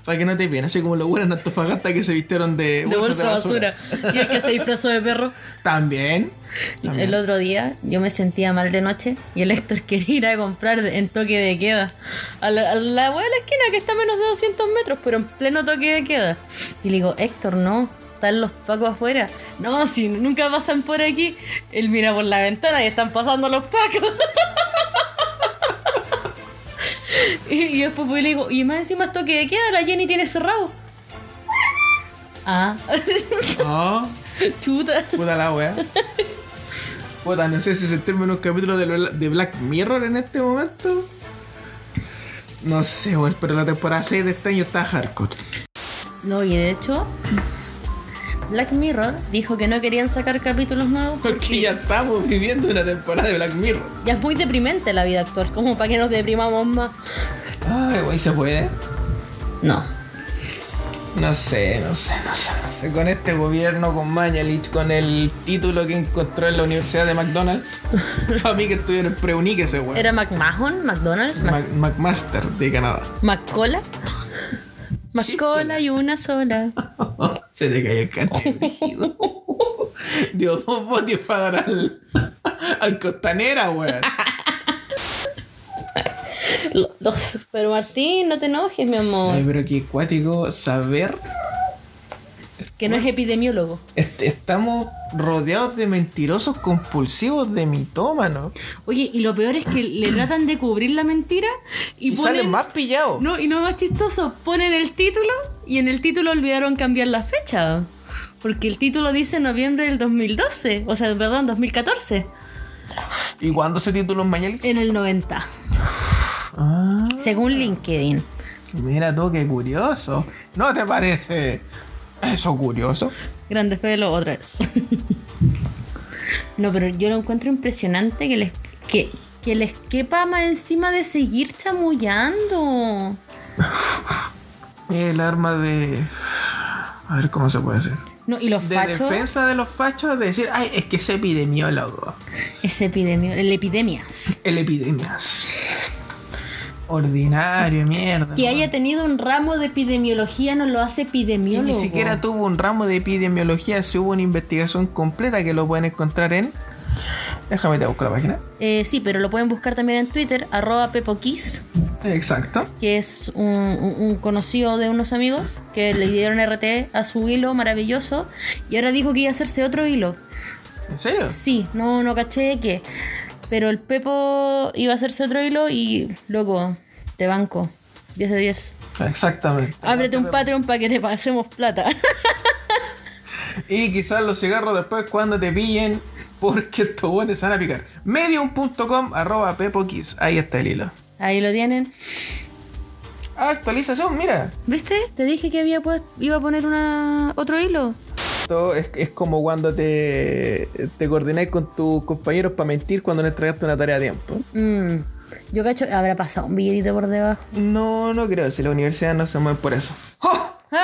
[SPEAKER 2] Para que no te piden, así como los buenos en Antofagasta que se vistieron de
[SPEAKER 3] de
[SPEAKER 2] bolsas
[SPEAKER 3] bolsa de basura. Y el que se disfrazó de perro.
[SPEAKER 2] También. también.
[SPEAKER 1] El otro día yo me sentía mal de noche y el Héctor quería ir a comprar en toque de queda. A la, a la wea de la esquina que está a menos de 200 metros, pero en pleno toque de queda. Y le digo, Héctor, no, están los pacos afuera. No, si nunca pasan por aquí. Él mira por la ventana y están pasando los pacos. y, y después voy y le digo, y más encima es toque de queda, la Jenny tiene cerrado. Ah,
[SPEAKER 2] Ah,
[SPEAKER 1] chuta.
[SPEAKER 2] puta la wea. Puta, no sé si sentirme en un capítulo de, lo- de Black Mirror en este momento. No sé, weón, pero la temporada 6 de este año está hardcore.
[SPEAKER 1] No, y de hecho, Black Mirror dijo que no querían sacar capítulos nuevos
[SPEAKER 2] Porque ya estamos viviendo una temporada de Black Mirror.
[SPEAKER 1] ya es muy deprimente la vida actual, como para que nos deprimamos más.
[SPEAKER 2] Ay, wey, se puede.
[SPEAKER 1] No.
[SPEAKER 2] No sé, no sé, no sé, no sé. Con este gobierno, con Mañalich, con el título que encontró en la Universidad de McDonald's, a mí que estuvieron preunique ese weón.
[SPEAKER 1] Era McMahon, McDonald's, Mac-
[SPEAKER 2] Mac- McMaster de Canadá.
[SPEAKER 1] McCola.
[SPEAKER 2] Sí,
[SPEAKER 1] McCola y una sola.
[SPEAKER 2] Se te cae el cante rígido. Dios, dos botes para dar al, al costanera, weón.
[SPEAKER 1] Lo- los- Pero Martín, no te enojes, mi
[SPEAKER 3] Oh.
[SPEAKER 2] Ay,
[SPEAKER 1] amor.
[SPEAKER 2] pero qué cuático saber.
[SPEAKER 1] Que no es epidemiólogo.
[SPEAKER 2] Est- estamos rodeados de mentirosos compulsivos, de mitómanos.
[SPEAKER 3] Oye, y lo peor es que le tratan de cubrir la mentira
[SPEAKER 2] Y,
[SPEAKER 3] y,
[SPEAKER 2] salen
[SPEAKER 3] ponen...
[SPEAKER 2] más pillados.
[SPEAKER 3] No, y no más chistoso, ponen el título y en el título olvidaron cambiar la fecha. Porque el título dice noviembre del 2012, o sea, perdón, 2014,
[SPEAKER 2] ¿Y cuándo se tituló Mañalich?
[SPEAKER 3] en el 90,
[SPEAKER 2] Ah.
[SPEAKER 1] Según LinkedIn.
[SPEAKER 2] Mira tú, qué curioso. ¿No te parece eso curioso?
[SPEAKER 3] Grande Felo otra vez.
[SPEAKER 1] No, pero yo lo encuentro impresionante que les, que, que les quepa más encima de seguir chamullando.
[SPEAKER 2] El arma de... A ver cómo se puede hacer.
[SPEAKER 1] No, y los
[SPEAKER 2] De
[SPEAKER 1] fachos.
[SPEAKER 2] defensa de los fachos, de decir, ay, es que es epidemiólogo.
[SPEAKER 1] Es epidemio, el epidemias.
[SPEAKER 2] El epidemias. Ordinario, mierda.
[SPEAKER 1] Ah, Que
[SPEAKER 2] ¿no?
[SPEAKER 1] haya tenido un ramo de epidemiología no lo hace
[SPEAKER 2] Ah. Y
[SPEAKER 1] epidemiólogo.
[SPEAKER 2] ni siquiera tuvo un ramo de epidemiología, si hubo una investigación completa que lo pueden encontrar en... Déjame te busco la página.
[SPEAKER 1] Eh, sí, pero lo pueden buscar también en Twitter, arroba pepokiss,
[SPEAKER 2] Exacto.
[SPEAKER 1] que es un, un- un conocido de unos amigos que le dieron RT a su hilo maravilloso y ahora dijo que iba a hacerse otro hilo.
[SPEAKER 2] ¿En serio?
[SPEAKER 1] Sí, no, no caché de qué. Pero el Pepo iba a hacerse otro hilo y, loco, te banco. 10 de 10.
[SPEAKER 2] Exactamente.
[SPEAKER 1] Ábrete un Patreon para que te pasemos plata.
[SPEAKER 2] Y quizás los cigarros después cuando te pillen, porque estos buenos se van a picar. Medium.com arroba pepokiss. Ahí está el hilo.
[SPEAKER 1] Ahí lo tienen.
[SPEAKER 2] Actualización, mira.
[SPEAKER 1] ¿Viste? Te dije que había puest- iba a poner una otro hilo.
[SPEAKER 2] Esto es, es como cuando te, te coordináis con tus compañeros para mentir cuando no entregaste una tarea a tiempo.
[SPEAKER 1] Mm, Yo cacho, habrá pasado un billetito por debajo.
[SPEAKER 2] No, no creo, si la universidad no se mueve por eso. ¡Oh!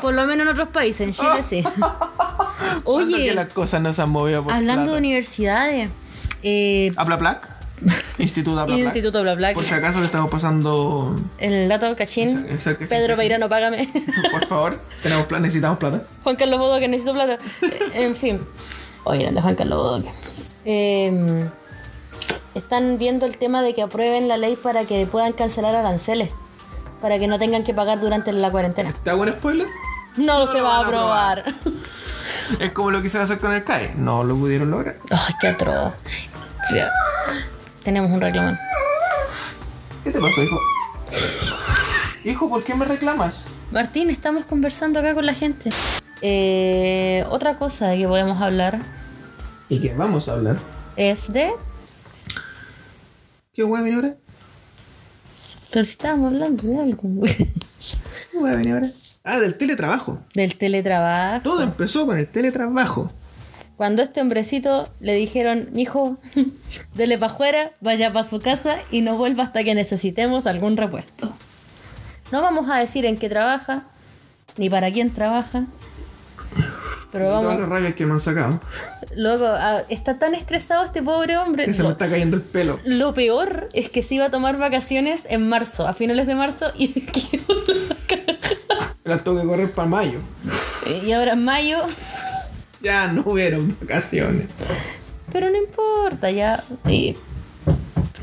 [SPEAKER 1] Por lo menos en otros países, en Chile sí.
[SPEAKER 2] ¿Cuándo que
[SPEAKER 1] Oye,
[SPEAKER 2] las cosas no se han movido por
[SPEAKER 1] hablando de
[SPEAKER 2] plata?
[SPEAKER 1] universidades, eh,
[SPEAKER 2] ¿Aplaplac? Instituto Aplaplac.
[SPEAKER 1] Instituto Ah, Bla Bla,
[SPEAKER 2] Por si acaso le estamos pasando...
[SPEAKER 1] el dato cachín,
[SPEAKER 2] Exacto, exacto,
[SPEAKER 1] Pedro
[SPEAKER 2] exacto.
[SPEAKER 1] Peirano, págame.
[SPEAKER 2] Por favor, tenemos plan, necesitamos plata.
[SPEAKER 1] Juan Carlos Bodoque, necesito plata. Eh, En fin. Oye, grande Juan Carlos Bodoque. Eh, están viendo el tema de que aprueben la ley para que puedan cancelar aranceles. Para que no tengan que pagar durante la cuarentena.
[SPEAKER 2] ¿Te hago un spoiler?
[SPEAKER 1] No, lo se
[SPEAKER 2] lo
[SPEAKER 1] va a
[SPEAKER 2] van a aprobar.
[SPEAKER 1] aprobar.
[SPEAKER 2] Es como lo quisieron hacer con el CAE. No lo pudieron lograr.
[SPEAKER 1] Ay, qué atroz. Tenemos un reclamón.
[SPEAKER 2] ¿Qué te pasó, hijo? Hijo, ¿por qué me reclamas?
[SPEAKER 1] Martín, estamos conversando acá con la gente. Eh, otra cosa de que podemos hablar
[SPEAKER 2] ¿Y qué vamos a hablar?
[SPEAKER 1] es de.
[SPEAKER 2] ¿Qué hueá viene ahora?
[SPEAKER 1] Pero si estábamos hablando de algo.
[SPEAKER 2] ¿Qué hueá viene ahora? Ah, del teletrabajo.
[SPEAKER 1] Del teletrabajo.
[SPEAKER 2] Todo empezó con el teletrabajo.
[SPEAKER 1] Cuando a este hombrecito le dijeron, mijo, dele pa' afuera, vaya para su casa y no vuelva hasta que necesitemos algún repuesto. No vamos a decir en qué trabaja, ni para quién trabaja, pero
[SPEAKER 2] Todas las
[SPEAKER 1] vamos.
[SPEAKER 2] rayas que me han sacado.
[SPEAKER 1] Luego, ah, está tan estresado este pobre hombre.
[SPEAKER 2] Que se me
[SPEAKER 1] Lo-
[SPEAKER 2] está cayendo el pelo.
[SPEAKER 1] Lo peor es que se iba a tomar vacaciones en marzo, a finales de marzo, y quedó la
[SPEAKER 2] Las tengo que correr para mayo.
[SPEAKER 1] Y ahora en mayo,
[SPEAKER 2] Ya no hubieron vacaciones.
[SPEAKER 1] pero no importa, ya. Y-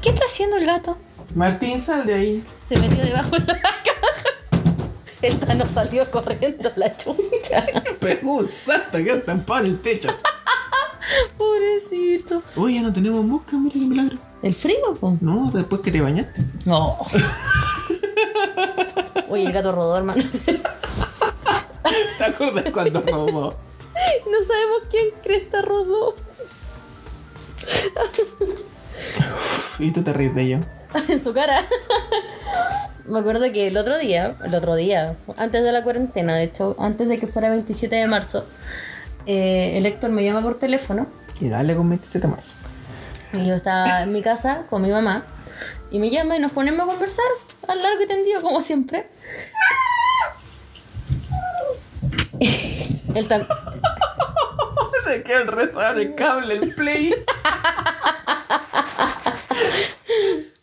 [SPEAKER 1] ¿Qué está haciendo el gato?
[SPEAKER 2] Martín, sal de ahí.
[SPEAKER 1] Se metió debajo de la caja. El Tano salió corriendo a la chucha.
[SPEAKER 2] Pegó un salto, quedó estampado en el techo.
[SPEAKER 1] Pobrecito.
[SPEAKER 2] Oye, ya no tenemos mosca, mira qué milagro.
[SPEAKER 1] ¿El frío, po?
[SPEAKER 2] No, después que te bañaste.
[SPEAKER 1] No. Oye, el gato rodó, hermano.
[SPEAKER 2] ¿Te acuerdas cuando robó?
[SPEAKER 1] No sabemos quién cresta rodó.
[SPEAKER 2] Y tú te ríes de ello.
[SPEAKER 1] en su cara. Me acuerdo que el otro día, el otro día, antes de la cuarentena, de hecho, antes de que fuera 27 de marzo, eh, el Héctor me llama por teléfono
[SPEAKER 2] Y dale con 27 más.
[SPEAKER 1] y yo estaba en mi casa con mi mamá y me llama y nos ponemos a conversar al largo y tendido como siempre. Él tam-
[SPEAKER 2] Se queda enredado en el cable, el play.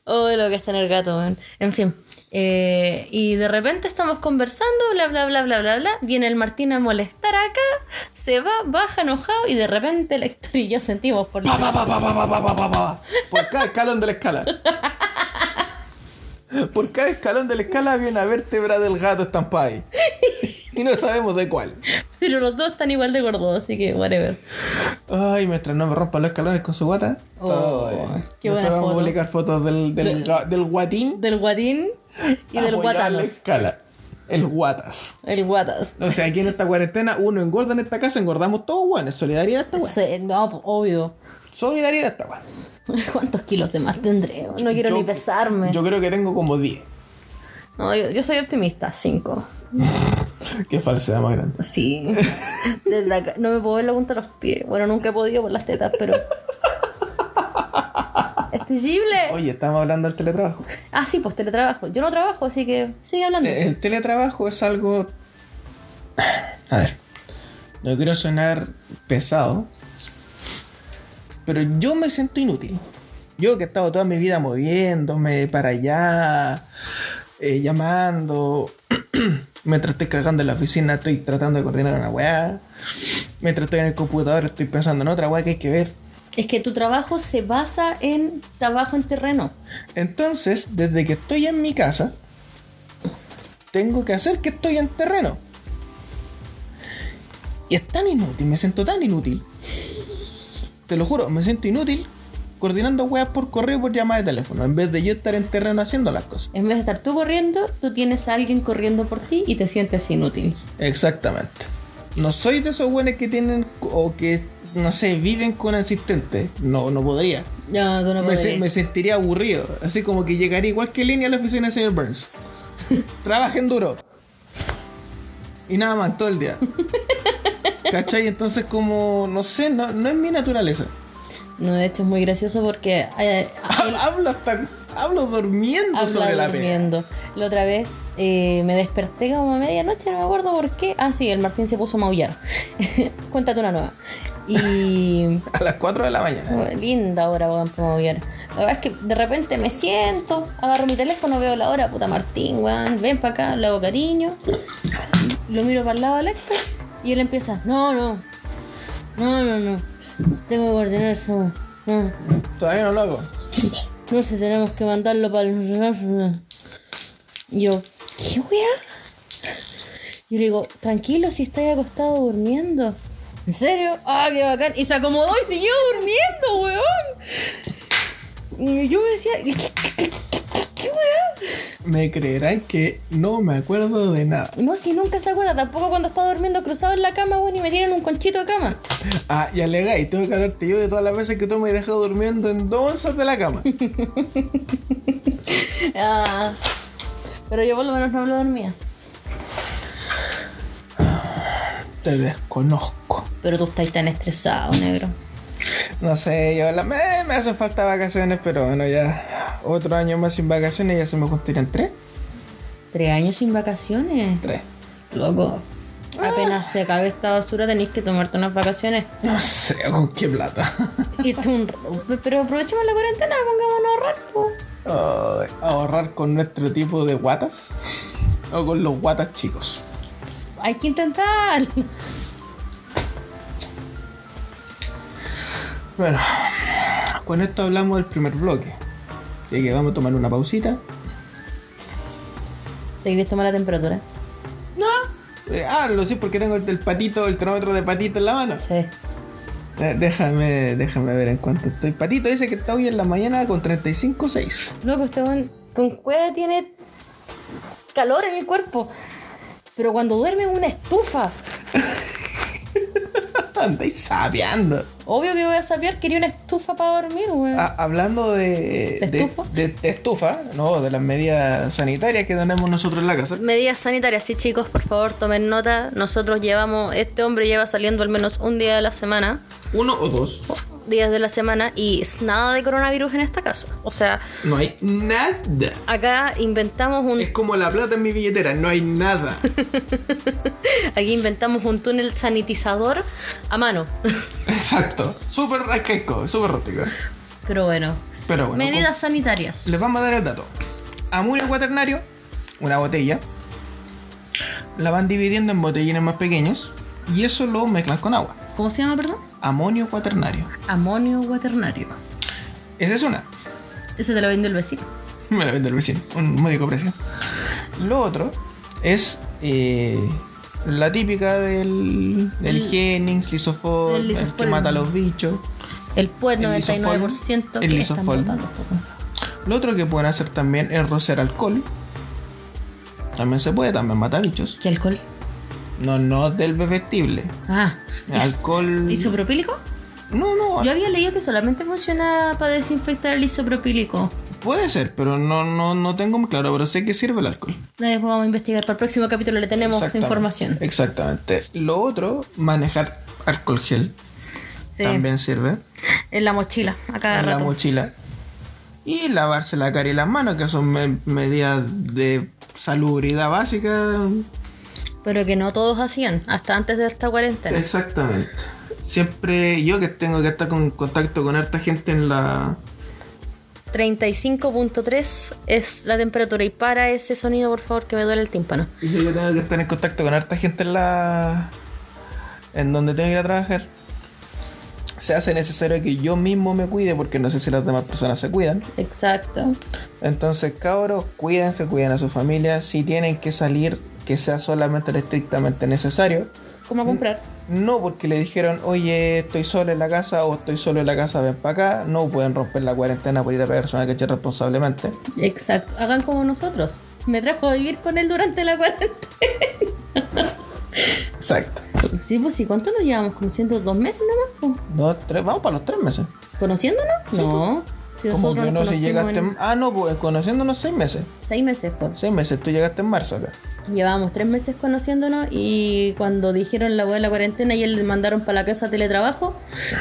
[SPEAKER 1] Oh, lo que está en el gato, weón. En fin. Eh, y de repente estamos conversando, bla, bla, bla, bla, bla, bla. Viene el Martín a molestar acá, se va, baja enojado y de repente el Héctor y yo sentimos por...
[SPEAKER 2] Pa, pa, pa, pa, pa, pa, pa, pa, pa, pa. Por cada escalón de la escala. Por cada escalón de la escala había una vértebra del gato estampada ahí. Y no sabemos de cuál.
[SPEAKER 1] Pero los dos están igual de gordos, así que whatever.
[SPEAKER 2] Ay, mientras no me rompan los escalones con su guata.
[SPEAKER 1] Oh,
[SPEAKER 2] Ay.
[SPEAKER 1] qué
[SPEAKER 2] Después
[SPEAKER 1] buena
[SPEAKER 2] vamos
[SPEAKER 1] foto.
[SPEAKER 2] a publicar fotos del, del, ga- del guatín
[SPEAKER 1] Del guatín y del
[SPEAKER 2] apoyado en la
[SPEAKER 1] guatanos.
[SPEAKER 2] escala. El guatas.
[SPEAKER 1] El guatas.
[SPEAKER 2] O sea, aquí en esta cuarentena uno engorda en esta casa, engordamos todos, bueno, solidaridad esta weón.
[SPEAKER 1] Sí, no, pues, obvio.
[SPEAKER 2] Solidaridad esta weón.
[SPEAKER 1] ¿Cuántos kilos de más tendré? No quiero
[SPEAKER 2] Yo-
[SPEAKER 1] ni pesarme.
[SPEAKER 2] Yo creo que tengo como 10.
[SPEAKER 1] No, yo, yo soy optimista, cinco.
[SPEAKER 2] Qué falsedad más grande.
[SPEAKER 1] Sí. Desde acá- No me puedo ver la punta de los pies. Bueno, nunca he podido por las tetas, pero. ¡Es terrible!
[SPEAKER 2] Oye, estamos hablando del teletrabajo.
[SPEAKER 1] Ah, sí, pues teletrabajo. Yo no trabajo, así que sigue hablando.
[SPEAKER 2] Eh, El teletrabajo es algo. A ver. No quiero sonar pesado. Pero yo me siento inútil. Yo que he estado toda mi vida moviéndome para allá, eh, llamando. Mientras estoy cagando en la oficina, estoy tratando de coordinar una weá. Mientras estoy en el computador, estoy pensando en otra weá que hay que ver.
[SPEAKER 1] Es que tu trabajo se basa en trabajo en terreno.
[SPEAKER 2] Entonces, desde que estoy en mi casa, tengo que hacer que estoy en terreno. Y es tan inútil, me siento tan inútil. Te lo juro, me siento inútil coordinando weas por correo y por llamada de teléfono, en vez de yo estar en terreno haciendo las cosas.
[SPEAKER 1] En vez de estar tú corriendo, tú tienes a alguien corriendo por ti y te sientes inútil.
[SPEAKER 2] Exactamente. No soy de esos weones que tienen o que, no sé, viven con asistentes. No, no podría.
[SPEAKER 1] No, tú no
[SPEAKER 2] me,
[SPEAKER 1] puedes.
[SPEAKER 2] se- me sentiría aburrido. Así como que llegaría igual que línea a la oficina del señor Burns. Trabajen duro. Y nada más, todo el día. ¿Cachai? Entonces como, no sé, no, no es mi naturaleza.
[SPEAKER 1] No, de hecho es muy gracioso porque eh, él-
[SPEAKER 2] Hablo hasta, hablo durmiendo
[SPEAKER 1] Habla
[SPEAKER 2] sobre la pena.
[SPEAKER 1] durmiendo. La otra vez eh, me desperté como a medianoche, no me acuerdo por qué. Ah, sí, el Martín se puso a maullar. Cuéntate una nueva. Y.
[SPEAKER 2] A las 4 de la mañana.
[SPEAKER 1] oh, linda hora, weón, para maullar. La verdad es que de repente me siento, agarro mi teléfono, veo la hora, puta Martín, weón, ven para acá, le hago cariño. Lo miro para el lado del Héctor y él empieza, no, no, no, no, no. Tengo que coordinar eso. No,
[SPEAKER 2] Todavía no lo hago.
[SPEAKER 1] no sé, tenemos que mandarlo para el. Yo, ¿qué weá? Yo le digo, tranquilo si estáis acostado durmiendo. ¿En serio? ¡Ah, qué bacán! Y se acomodó y siguió durmiendo, weón. Y yo me decía,
[SPEAKER 2] Me creerán que no me acuerdo de nada.
[SPEAKER 1] no, si nunca se acuerda, tampoco cuando estaba durmiendo cruzado en la cama, weón, y me tiran un conchito de cama.
[SPEAKER 2] Ah, y alegáis, tengo que hablarte yo de todas las veces que tú me has dejado durmiendo en dos onzas de la cama.
[SPEAKER 1] Ah, pero yo por lo menos no hablo dormía.
[SPEAKER 2] Te desconozco.
[SPEAKER 1] Pero tú estás tan estresado, negro.
[SPEAKER 2] No sé, yo la- me, me hacen falta vacaciones, pero bueno, ya otro año más sin vacaciones ya se me juntarían tres.
[SPEAKER 1] Tres años sin vacaciones.
[SPEAKER 2] Tres.
[SPEAKER 1] Loco, apenas se acabe esta basura tenéis que tomarte unas vacaciones.
[SPEAKER 2] No sé con qué plata.
[SPEAKER 1] Y esto es un- Pero aprovechemos la cuarentena, pongámonos a ahorrar. po.
[SPEAKER 2] Ay, ahorrar con nuestro tipo de guatas o con los guatas chicos.
[SPEAKER 1] hay que intentar.
[SPEAKER 2] Bueno, con esto hablamos del primer bloque. Así que vamos a tomar una pausita.
[SPEAKER 1] ¿Te quieres tomar la temperatura?
[SPEAKER 2] No, eh, ah, lo sé porque tengo el, el patito, el cronómetro de patito en la mano.
[SPEAKER 1] Sí.
[SPEAKER 2] Eh, déjame, déjame ver en cuánto estoy. Patito dice que está hoy en la mañana con 35.6.
[SPEAKER 1] Loco, este weón con cueva tiene calor en el cuerpo. Pero cuando duerme en una estufa.
[SPEAKER 2] Andáis sapeando.
[SPEAKER 1] Obvio que voy a saber, quería una estufa para dormir, weón.
[SPEAKER 2] Ah, hablando de,
[SPEAKER 1] ¿De estufa?
[SPEAKER 2] de- de estufa, no, de las medidas sanitarias que tenemos nosotros en la casa.
[SPEAKER 4] Medidas sanitarias, sí chicos, por favor tomen nota. Nosotros llevamos, este hombre lleva saliendo al menos un día de la semana,
[SPEAKER 2] Uno o dos.
[SPEAKER 4] días de la semana, y es nada de coronavirus en esta casa. O sea,
[SPEAKER 2] No hay nada.
[SPEAKER 4] acá inventamos
[SPEAKER 2] Es
[SPEAKER 4] un,
[SPEAKER 2] como la plata en mi billetera, no hay nada.
[SPEAKER 4] aquí inventamos un túnel sanitizador a mano.
[SPEAKER 2] Exacto. Súper arcaico, súper rótico.
[SPEAKER 4] Pero bueno,
[SPEAKER 2] Pero bueno.
[SPEAKER 4] medidas sanitarias.
[SPEAKER 2] con- Les vamos a dar el dato. Amurio cuaternario, una botella. La van dividiendo en botellines más pequeños. Y eso lo mezclan con agua.
[SPEAKER 1] ¿Cómo se llama, perdón?
[SPEAKER 2] Amonio cuaternario.
[SPEAKER 1] Amonio cuaternario.
[SPEAKER 2] Esa es una.
[SPEAKER 1] Ese te lo vende el vecino.
[SPEAKER 2] Me la vende el vecino, un módico precio. Lo otro es eh, la típica del, del
[SPEAKER 1] El-
[SPEAKER 2] Jennings, lisofol,
[SPEAKER 1] el
[SPEAKER 2] el que
[SPEAKER 1] lisofol.
[SPEAKER 2] mata a los bichos.
[SPEAKER 1] El puet
[SPEAKER 2] El
[SPEAKER 1] 99%.
[SPEAKER 2] el
[SPEAKER 1] que están
[SPEAKER 2] lisofol.
[SPEAKER 1] botando, po.
[SPEAKER 2] Lo otro que pueden hacer también es rociar alcohol. También se puede, también mata bichos.
[SPEAKER 1] ¿Qué alcohol?
[SPEAKER 2] No, no del bebestible.
[SPEAKER 1] Ah.
[SPEAKER 2] Alcohol.
[SPEAKER 1] ¿Isopropílico?
[SPEAKER 2] No, no,
[SPEAKER 1] Yo había leído que solamente funciona para desinfectar el isopropílico.
[SPEAKER 2] puede ser, pero no, no, no tengo muy claro, pero sé que sirve el alcohol.
[SPEAKER 1] Después vamos a investigar. Para el próximo capítulo le tenemos
[SPEAKER 2] Exactamente,
[SPEAKER 1] información.
[SPEAKER 2] Exactamente. Lo otro, manejar alcohol gel.
[SPEAKER 1] Sí,
[SPEAKER 2] También sirve.
[SPEAKER 1] en la mochila, a cada
[SPEAKER 2] en la
[SPEAKER 1] rato.
[SPEAKER 2] mochila. Y lavarse la cara y las manos, que son me- medidas de salubridad básica.
[SPEAKER 1] Pero que no todos hacían, hasta antes de esta cuarentena.
[SPEAKER 2] Exactamente. Siempre yo que tengo que estar con contacto con harta gente en la...
[SPEAKER 4] 35.3 es la temperatura. Y para ese sonido, por favor, que me duele el tímpano.
[SPEAKER 2] Yo que tengo que estar en contacto con harta gente en la... En donde tengo que ir a trabajar. Se hace necesario que yo mismo me cuide porque no sé si las demás personas se cuidan.
[SPEAKER 1] Exacto.
[SPEAKER 2] Entonces, cabros, cuídense, cuiden a su familia. Si tienen que salir, que sea solamente lo estrictamente necesario.
[SPEAKER 1] ¿Cómo comprar?
[SPEAKER 2] No porque le dijeron, oye, estoy solo en la casa o estoy solo en la casa, ven para acá. No pueden romper la cuarentena por ir a pegar una caché responsablemente.
[SPEAKER 1] Mm. Exacto. Hagan como nosotros. Me trajo a vivir con él durante la cuarentena.
[SPEAKER 2] Exacto.
[SPEAKER 1] Sí, pues sí, ¿cuánto nos llevamos? ¿Conociendo dos meses nomás? po?
[SPEAKER 2] Dos, tres, vamos para los tres meses.
[SPEAKER 1] ¿Conociéndonos? No. Si
[SPEAKER 2] Como que no,
[SPEAKER 1] nos
[SPEAKER 2] si
[SPEAKER 1] conocimos
[SPEAKER 2] llegaste.
[SPEAKER 1] en
[SPEAKER 2] Ah, no, pues conociéndonos seis meses.
[SPEAKER 1] Seis meses, pues.
[SPEAKER 2] Seis meses, tú llegaste en marzo acá.
[SPEAKER 1] Llevábamos tres meses conociéndonos y cuando dijeron la hueá de la cuarentena y él le mandaron para la casa a teletrabajo,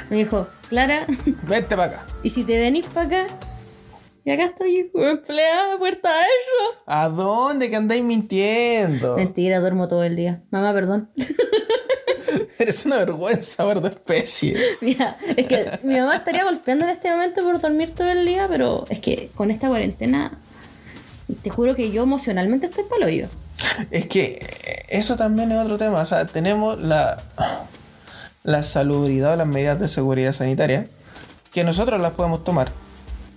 [SPEAKER 1] me dijo, Clara,
[SPEAKER 2] Vete para acá.
[SPEAKER 1] ¿y si te venís para acá? Y acá estoy, hijo, empleada, puerta adentro.
[SPEAKER 2] ¿A dónde que andáis mintiendo?
[SPEAKER 1] Mentira, duermo todo el día. Mamá, perdón.
[SPEAKER 2] Eres una vergüenza, de especie.
[SPEAKER 1] Mira, es que mi mamá estaría golpeando en este momento por dormir todo el día, pero es que con esta cuarentena, te juro que yo emocionalmente estoy palo yo.
[SPEAKER 2] Es que eh, eso también es otro tema. O sea, tenemos la, la salubridad o las medidas de seguridad sanitaria que nosotros las podemos tomar.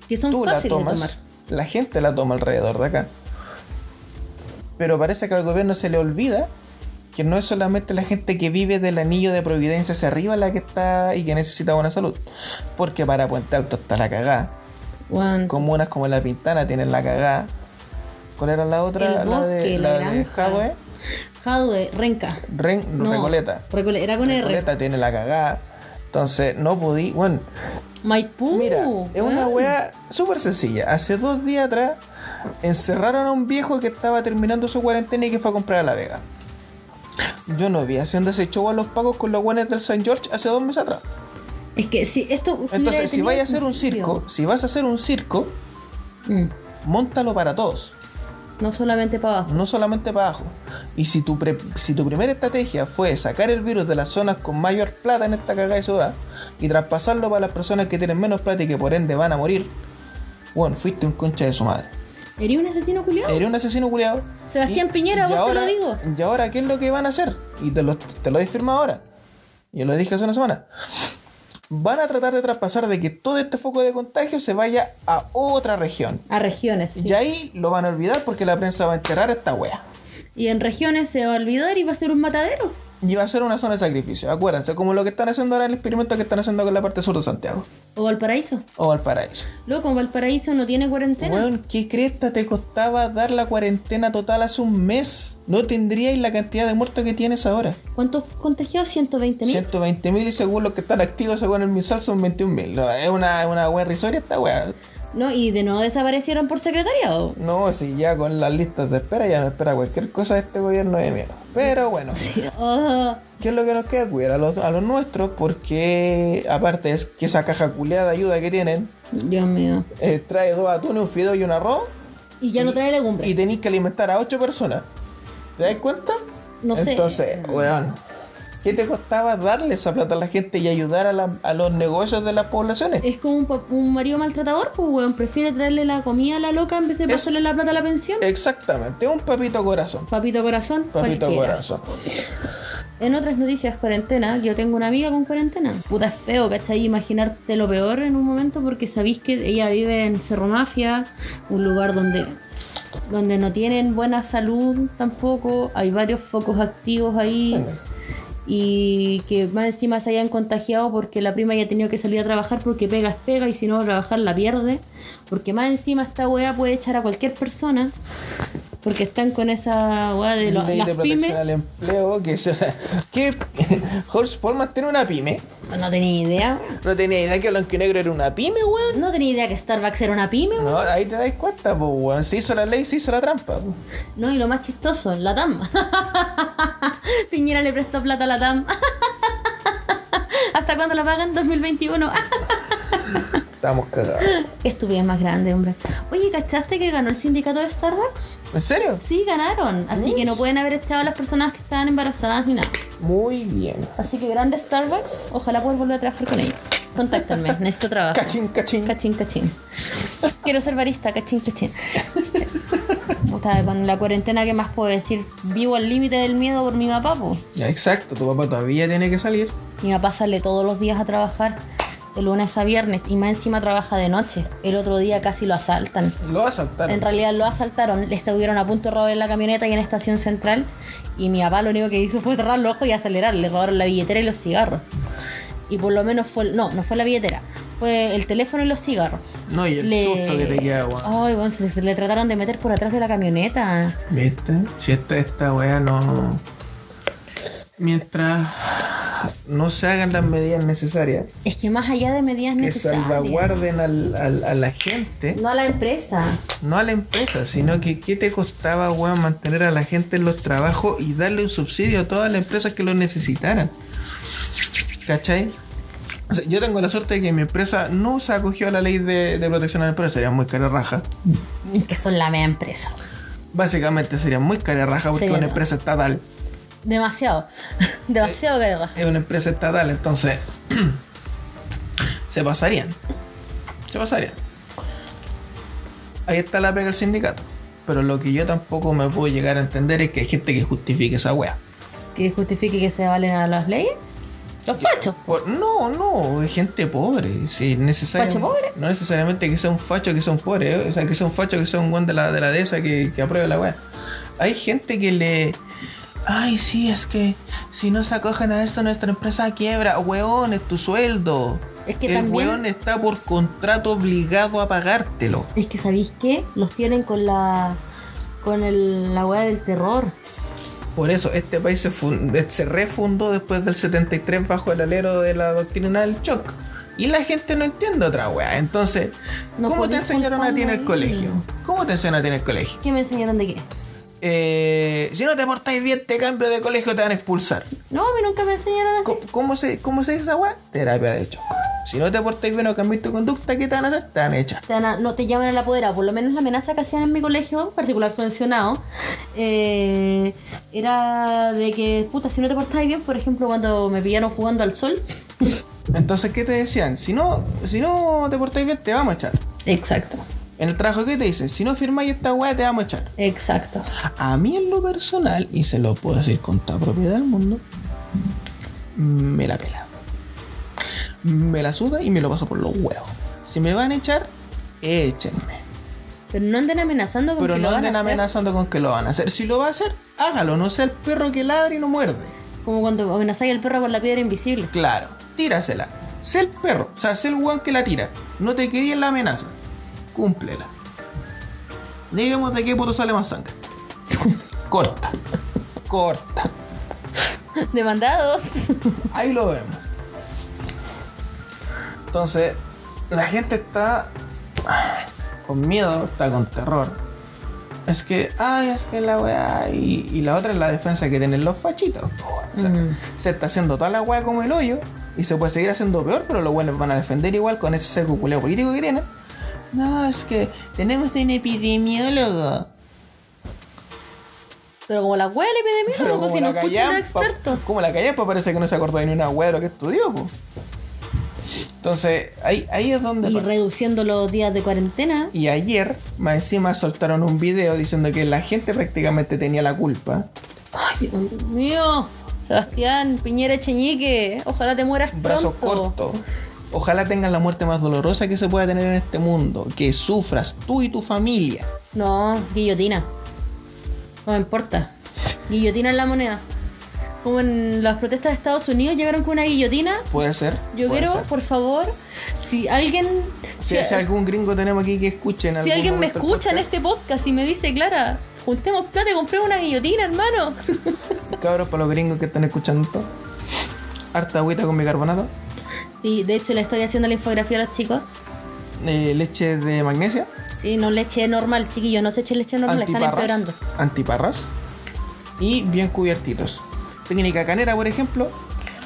[SPEAKER 1] Que son
[SPEAKER 2] Tú la
[SPEAKER 1] fáciles de
[SPEAKER 2] tomas,
[SPEAKER 1] tomar.
[SPEAKER 2] la gente la toma alrededor de acá. Pero parece que al gobierno se le olvida que no es solamente la gente que vive del anillo de Providencia hacia arriba la que está y que necesita buena salud. Porque para Puente Alto está la cagada.
[SPEAKER 1] Juan,
[SPEAKER 2] Comunas como La Pintana tienen la cagada. ¿Cuál era la otra?
[SPEAKER 1] El
[SPEAKER 2] la
[SPEAKER 1] bosque,
[SPEAKER 2] de,
[SPEAKER 1] la
[SPEAKER 2] la de
[SPEAKER 1] granja.
[SPEAKER 2] Jadwe.
[SPEAKER 1] Jadwe, Renca.
[SPEAKER 2] Ren,
[SPEAKER 1] No,
[SPEAKER 2] Recoleta.
[SPEAKER 1] Recole- era con R.
[SPEAKER 2] Recoleta tiene la cagada. Entonces, no podí. Bueno,
[SPEAKER 1] Maipú. Ah.
[SPEAKER 2] mira,
[SPEAKER 1] Uh,
[SPEAKER 2] es una
[SPEAKER 1] weón.
[SPEAKER 2] wea súper sencilla. Hace dos días atrás encerraron a un viejo que estaba terminando su cuarentena y que fue a comprar a La Vega. Yo no vi haciendo ese show a los pacos con los guanes del San George hace dos meses atrás.
[SPEAKER 1] Es que si esto. se hubiera
[SPEAKER 2] Entonces, si
[SPEAKER 1] detenido
[SPEAKER 2] vais a
[SPEAKER 1] al
[SPEAKER 2] hacer un circo,
[SPEAKER 1] principio.
[SPEAKER 2] si vas a hacer un circo,
[SPEAKER 1] Mm,
[SPEAKER 2] montalo para todos,
[SPEAKER 1] no solamente para abajo.
[SPEAKER 2] no solamente para abajo. Y si tu, pre- si tu primera estrategia fue sacar el virus de las zonas con mayor plata en esta cagada de ciudad y traspasarlo para las personas que tienen menos plata y que por ende van a morir, bueno, fuiste un concha de su madre.
[SPEAKER 1] ¿Eres un asesino culiado?
[SPEAKER 2] Eres un asesino culiado.
[SPEAKER 1] Sebastián Piñera, vos te lo digo.
[SPEAKER 2] Y ahora, ¿qué es lo que van a hacer? Y te lo, te lo he firmado ahora. Yo lo dije hace una semana. Van a tratar de traspasar de que todo este foco de contagio se vaya a otra región.
[SPEAKER 1] A regiones. sí.
[SPEAKER 2] Y ahí lo van a olvidar porque la prensa va a enterrar esta wea.
[SPEAKER 1] Y en regiones se va a olvidar y va a ser un matadero.
[SPEAKER 2] Y va a ser una zona de sacrificio. Acuérdense, como lo que están haciendo ahora, el experimento que están haciendo con la parte sur de Santiago.
[SPEAKER 1] O Valparaíso.
[SPEAKER 2] O Valparaíso.
[SPEAKER 1] Loco, Valparaíso no tiene cuarentena.
[SPEAKER 2] Weón, ¿qué cresta te costaba dar la cuarentena total hace un mes? No tendríais la cantidad de muertos que tienes ahora.
[SPEAKER 1] ¿Cuántos contagiados? 120 mil.
[SPEAKER 2] 120.000 y según los que están activos, según el MINSAL, son 21.000. No, es una, una wea risoria esta wea.
[SPEAKER 1] No, y de no desaparecieron por secretariado.
[SPEAKER 2] No, si ya con las listas de espera ya me espera cualquier cosa de este gobierno de mierda. Pero bueno,
[SPEAKER 1] Oh,
[SPEAKER 2] ¿qué es lo que nos queda? Cuidar a los, a los nuestros porque aparte es que esa caja culeada de ayuda que tienen
[SPEAKER 1] Dios mío.
[SPEAKER 2] eh, trae dos atunes, un fideo y un arroz
[SPEAKER 1] Y ya no trae
[SPEAKER 2] y
[SPEAKER 1] legumbres.
[SPEAKER 2] tenéis que alimentar a ocho personas. ¿Te das cuenta?
[SPEAKER 1] No sé.
[SPEAKER 2] Entonces, weón, ¿qué te costaba darle esa plata a la gente y ayudar a, la- a los negocios de las poblaciones?
[SPEAKER 1] Es como un, pa- un marido maltratador, pues, weón. Prefiere traerle la comida a la loca en vez de
[SPEAKER 2] Es-
[SPEAKER 1] pasarle la plata a la pensión.
[SPEAKER 2] Exactamente, un papito corazón.
[SPEAKER 1] Papito corazón,
[SPEAKER 2] Papito
[SPEAKER 1] cualquiera.
[SPEAKER 2] corazón.
[SPEAKER 1] En otras noticias, cuarentena. Yo tengo una amiga con cuarentena. Puta, es feo, ¿cachai? Imaginarte lo peor en un momento porque sabéis que ella vive en Cerro Mafia, un lugar donde, donde no tienen buena salud tampoco. Hay varios focos activos ahí y que más encima se hayan contagiado porque la prima haya tenido que salir a trabajar porque pega es pega y si no va a trabajar la pierde. Porque más encima esta weá puede echar a cualquier persona porque están con esa weá de los,
[SPEAKER 2] Ley
[SPEAKER 1] las
[SPEAKER 2] de protección
[SPEAKER 1] pymes.
[SPEAKER 2] al empleo, que es que Horst Forman tiene una pyme.
[SPEAKER 1] No tenía idea.
[SPEAKER 2] No tenía idea que Blanquinegro era una pyme, weón.
[SPEAKER 1] No tenía idea que Starbucks era una pyme.
[SPEAKER 2] No, ahí te das cuenta, po, weón. Se hizo la ley, se hizo la trampa. po.
[SPEAKER 1] No, y lo más chistoso, la TAM. Piñera le prestó plata a la TAM. ¿Hasta cuándo la pagan? 2021.
[SPEAKER 2] Estamos cagados.
[SPEAKER 1] Ah, Qué estupidez más grande, hombre. Oye, ¿cachaste que ganó el sindicato de Starbucks?
[SPEAKER 2] ¿En serio?
[SPEAKER 1] Sí, ganaron. Así que no pueden haber echado a las personas que estaban embarazadas ni nada.
[SPEAKER 2] Muy bien.
[SPEAKER 1] Así que grande Starbucks. Ojalá pueda volver a trabajar con ellos. Contáctenme, necesito trabajo.
[SPEAKER 2] Cachín, cachín.
[SPEAKER 1] Cachín, cachín. Quiero ser barista, cachín, cachín. Puta, con la cuarentena, ¿qué más puedo decir? Vivo al límite del miedo por mi papá, pues.
[SPEAKER 2] Ya, Exacto, tu papá todavía tiene que salir.
[SPEAKER 1] Mi papá sale todos los días a trabajar, de lunes a viernes, y más encima trabaja de noche. El otro día casi lo asaltan.
[SPEAKER 2] Lo asaltaron.
[SPEAKER 1] En realidad lo asaltaron, le estuvieron a punto de robar en la camioneta y en estación central. Y mi papá lo único que hizo fue cerrar los ojos y acelerar. Le robaron la billetera y los cigarros. Y por lo menos fue. No, no fue la billetera. Fue el teléfono y los cigarros.
[SPEAKER 2] No, y el
[SPEAKER 1] Le- Ah.
[SPEAKER 2] susto que te queda, weón.
[SPEAKER 1] Ay, bueno, se, se le trataron de meter por atrás de la camioneta.
[SPEAKER 2] ¿Viste? Si esta, esta weá no. Mientras no se hagan las medidas necesarias
[SPEAKER 1] Es que más allá de medidas
[SPEAKER 2] que
[SPEAKER 1] necesarias.
[SPEAKER 2] salvaguarden al- al- a la gente,
[SPEAKER 1] No a la empresa.
[SPEAKER 2] no a la empresa, sino que qué te costaba, weón, mantener a la gente en los trabajos y darle un subsidio a todas las empresas que lo necesitaran. ¿Cachai? O sea, yo tengo la suerte de que mi empresa no se acogió a la ley de, de protección a la empresa, sería muy cara raja.
[SPEAKER 1] Que son la media empresa.
[SPEAKER 2] Básicamente sería muy cara raja porque es
[SPEAKER 1] Sería
[SPEAKER 2] una
[SPEAKER 1] no.
[SPEAKER 2] empresa estatal.
[SPEAKER 1] Demasiado. Demasiado guerra.
[SPEAKER 2] es una empresa estatal, entonces se pasarían. Se pasarían. Ahí está la pega del sindicato. Pero lo que yo tampoco me puedo llegar a entender es que hay gente que justifique esa wea.
[SPEAKER 1] Que justifique que se valen a las leyes. Los fachos.
[SPEAKER 2] Por- no, no, es gente pobre. Si
[SPEAKER 1] ¿Facho pobre?
[SPEAKER 2] No necesariamente que sea un facho que sea un pobre, eh, o sea, que sea un facho que sea un guan de la, de la dehesa que, que apruebe la wea. Hay gente que le. Ay, sí, es que si no se acogen a esto, nuestra empresa quiebra. Weón, es tu sueldo.
[SPEAKER 1] Es que
[SPEAKER 2] El
[SPEAKER 1] también.
[SPEAKER 2] weón está por contrato obligado a pagártelo.
[SPEAKER 1] Es que sabéis que los tienen con la. con el, la weá del terror.
[SPEAKER 2] Por eso, este país se, fun- se refundó después del 73 bajo el alero de la doctrina del shock. Y la gente no entiende otra weá. Entonces,
[SPEAKER 1] No
[SPEAKER 2] ¿cómo te
[SPEAKER 1] podéis
[SPEAKER 2] enseñaron a ti en el
[SPEAKER 1] culparlo a él.
[SPEAKER 2] colegio? ¿Cómo te enseñaron a ti en el colegio?
[SPEAKER 1] ¿Qué me enseñaron de qué?
[SPEAKER 2] Eh, si no te portáis bien, te cambio de colegio, te van a expulsar.
[SPEAKER 1] No, a mí nunca me enseñaron así.
[SPEAKER 2] ¿Cómo, cómo se, ¿Cómo se dice esa weá? Terapia de shock. Si no te portáis bien o cambias tu conducta, ¿qué te van a hacer? Te van a echar.
[SPEAKER 1] Te van a- no te llaman a la podera, por lo menos la amenaza que hacían en mi colegio, particular subvencionado, eh, era de que, puta, si no te portabas bien, por ejemplo, cuando me pillaron jugando al sol.
[SPEAKER 2] Entonces, ¿qué te decían? Si no, si no te portáis bien, te vamos a echar.
[SPEAKER 1] Exacto.
[SPEAKER 2] En el trabajo que te dicen, si no firmáis esta weá te vamos a echar.
[SPEAKER 1] Exacto.
[SPEAKER 2] A mí en lo personal, y se lo puedo decir con toda propiedad del mundo, me la pela. Me la suda y me lo paso por los huevos. Si me van a echar, échenme.
[SPEAKER 1] Pero no anden amenazando con
[SPEAKER 2] Pero
[SPEAKER 1] que lo
[SPEAKER 2] no
[SPEAKER 1] van
[SPEAKER 2] anden
[SPEAKER 1] a hacer.
[SPEAKER 2] amenazando con que lo van a hacer. Si lo va a hacer, hágalo. No sea el perro que ladra y no muerde.
[SPEAKER 1] Como cuando amenazáis al perro con la piedra invisible.
[SPEAKER 2] Claro, tírasela. Sé el perro, o sea, sé el guan que la tira. No te quedes en la amenaza. Cúmplela. Digamos de qué puto sale más sangre. Corta. Corta.
[SPEAKER 1] Demandados.
[SPEAKER 2] Ahí lo vemos. Entonces, la gente está ah, con miedo, está con terror. Es que, ay, es que la weá. Y, y la otra es la defensa que tienen los fachitos. po. O sea,
[SPEAKER 1] Mm.
[SPEAKER 2] Se está haciendo toda la weá como el hoyo. Y se puede seguir haciendo peor, pero los buenos van a defender igual con ese seco culeo político que tienen. No, es que tenemos un epidemiólogo.
[SPEAKER 1] Pero como la huele epidemia, loco, si no escuchan a
[SPEAKER 2] callampa-
[SPEAKER 1] expertos.
[SPEAKER 2] pues, Como la callampa parece que no se acordó de ni una hueá de lo que estudió, po. Entonces, ahí, ahí es donde.
[SPEAKER 1] Y
[SPEAKER 2] parte.
[SPEAKER 1] reduciendo los días de cuarentena.
[SPEAKER 2] Y ayer, más encima, soltaron un video diciendo que la gente prácticamente tenía la culpa.
[SPEAKER 1] Ay, Dios mío. Sebastián, Piñera Cheñique, ojalá te mueras
[SPEAKER 2] Brazo
[SPEAKER 1] pronto.
[SPEAKER 2] corto. Ojalá tengas la muerte más dolorosa que se pueda tener en este mundo. Que sufras tú y tu familia.
[SPEAKER 1] No, guillotina. No me importa. Guillotina en la moneda. Como en las protestas de Estados Unidos llegaron con una guillotina.
[SPEAKER 2] Puede ser.
[SPEAKER 1] Yo
[SPEAKER 2] puede
[SPEAKER 1] quiero,
[SPEAKER 2] ser.
[SPEAKER 1] por favor, si alguien.
[SPEAKER 2] Si, si algún gringo tenemos aquí que escuchen.
[SPEAKER 1] si alguien me escucha en este podcast y me dice, Clara, juntemos plata y compré una guillotina, hermano. este
[SPEAKER 2] Cabros, para los gringos que están escuchando esto. Harta agüita con bicarbonato.
[SPEAKER 1] Sí, de hecho le estoy haciendo la infografía a los chicos.
[SPEAKER 2] eh, leche de magnesia.
[SPEAKER 1] Sí, no leche normal, chiquillos, no se eche leche normal, están
[SPEAKER 2] antiparras,
[SPEAKER 1] empeorando.
[SPEAKER 2] antiparras y bien cubiertitos. Técnica canera, por ejemplo,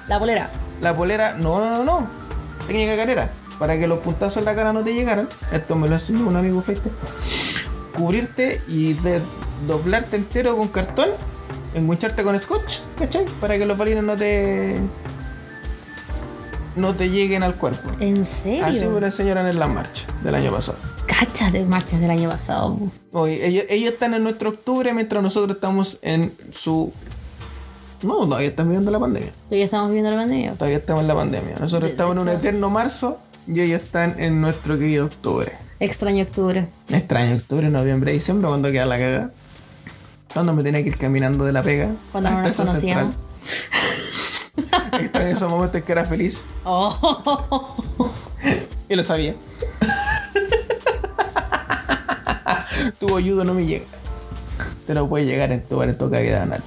[SPEAKER 1] La polera.
[SPEAKER 2] la polera, no, no, no, no. Técnica canera, para que los puntazos en la cara no te llegaran. Esto me lo enseñó un amigo feite. Cubrirte y de- doblarte entero con cartón, engancharte con scotch, ¿cachai? Para que los balines no te. no te lleguen al cuerpo.
[SPEAKER 1] ¿En serio?
[SPEAKER 2] Así me lo enseñaron en la marcha del año pasado.
[SPEAKER 1] Cachas de marchas del año pasado.
[SPEAKER 2] Oye, ellos, ellos están en nuestro octubre mientras nosotros estamos en su. No, todavía están viviendo la pandemia.
[SPEAKER 1] Pero ya estamos viendo el pandemia.
[SPEAKER 2] Todavía estamos en la pandemia. Nosotros
[SPEAKER 1] De- de
[SPEAKER 2] estamos en un
[SPEAKER 1] hecho-
[SPEAKER 2] eterno marzo y ellos están en nuestro querido octubre.
[SPEAKER 1] Extraño octubre.
[SPEAKER 2] Extraño, octubre, noviembre, diciembre, cuando queda la caga. Cuando me tenía que ir caminando de la pega.
[SPEAKER 1] Cuando no
[SPEAKER 2] hasta
[SPEAKER 1] nos
[SPEAKER 2] Estación
[SPEAKER 1] conocíamos.
[SPEAKER 2] Central. Extraño esos momentos en que era feliz
[SPEAKER 1] Oh.
[SPEAKER 2] y lo sabía. tu ayudo no me llega. Te lo puede llegar en tu, en tu cavidad anal.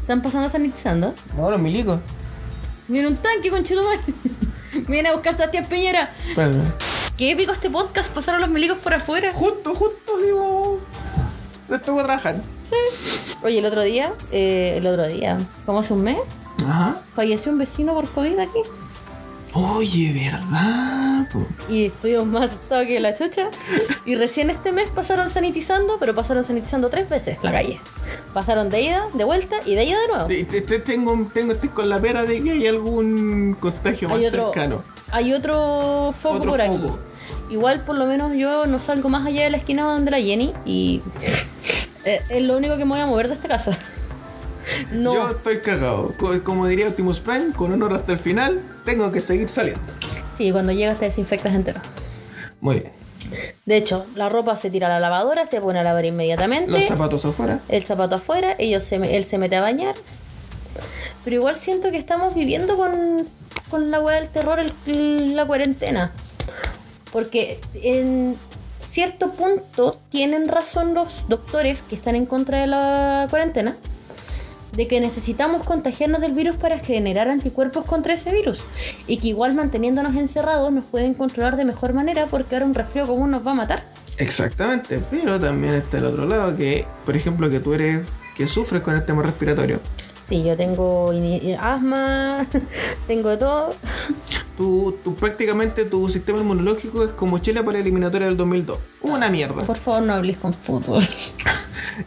[SPEAKER 1] Están pasando sanitizando.
[SPEAKER 2] No, los milicos.
[SPEAKER 1] Viene un tanque con Chetumal. Viene a buscar a Sebastián Piñera.
[SPEAKER 2] Espérame.
[SPEAKER 1] Qué épico este podcast. Pasaron los milicos por afuera.
[SPEAKER 2] Justo, justo, digo. Les tocó trabajar.
[SPEAKER 1] Oye, el otro día, eh, el otro día, como hace un mes,
[SPEAKER 2] Ajá.
[SPEAKER 1] falleció un vecino por COVID aquí.
[SPEAKER 2] Oye, ¿verdad? po?
[SPEAKER 1] Y estuvimos más asustados que la chucha. Y recién este mes pasaron sanitizando, pero pasaron sanitizando tres veces la calle. Pasaron de ida, de vuelta y de ida de nuevo.
[SPEAKER 2] Te- te- te- tengo, tengo, estoy con la pera de que hay algún contagio más
[SPEAKER 1] Hay otro-
[SPEAKER 2] cercano.
[SPEAKER 1] Hay otro foco
[SPEAKER 2] Otro
[SPEAKER 1] por
[SPEAKER 2] foco.
[SPEAKER 1] aquí. Igual, por lo menos, yo no salgo más allá de la esquina donde la Jenny y. eh, es lo único que me voy a mover de esta casa. No.
[SPEAKER 2] Yo estoy cagado. Co- Como diría Optimus Prime, con honor hasta el final, tengo que seguir saliendo.
[SPEAKER 1] Sí, cuando llegas te desinfectas entero.
[SPEAKER 2] Muy bien.
[SPEAKER 1] De hecho, la ropa se tira a la lavadora, se pone a lavar inmediatamente.
[SPEAKER 2] Los zapatos afuera.
[SPEAKER 1] el zapato afuera, ellos se, me- él se mete a bañar. Pero igual siento que estamos viviendo con, con la weá del terror, el- la cuarentena. Porque en cierto punto tienen razón los doctores que están en contra de la cuarentena, de que necesitamos contagiarnos del virus para generar anticuerpos contra ese virus. Y que igual manteniéndonos encerrados nos pueden controlar de mejor manera porque ahora un resfrío común nos va a matar.
[SPEAKER 2] Exactamente, pero también está el otro lado que, por ejemplo, que tú eres que sufres con el tema respiratorio.
[SPEAKER 1] Sí, yo tengo ini- eh, asma, tengo todo.
[SPEAKER 2] Tu, tu- prácticamente tu sistema inmunológico es como Chile para la eliminatoria del 2002. Una mierda.
[SPEAKER 1] Por favor, no hables con fútbol.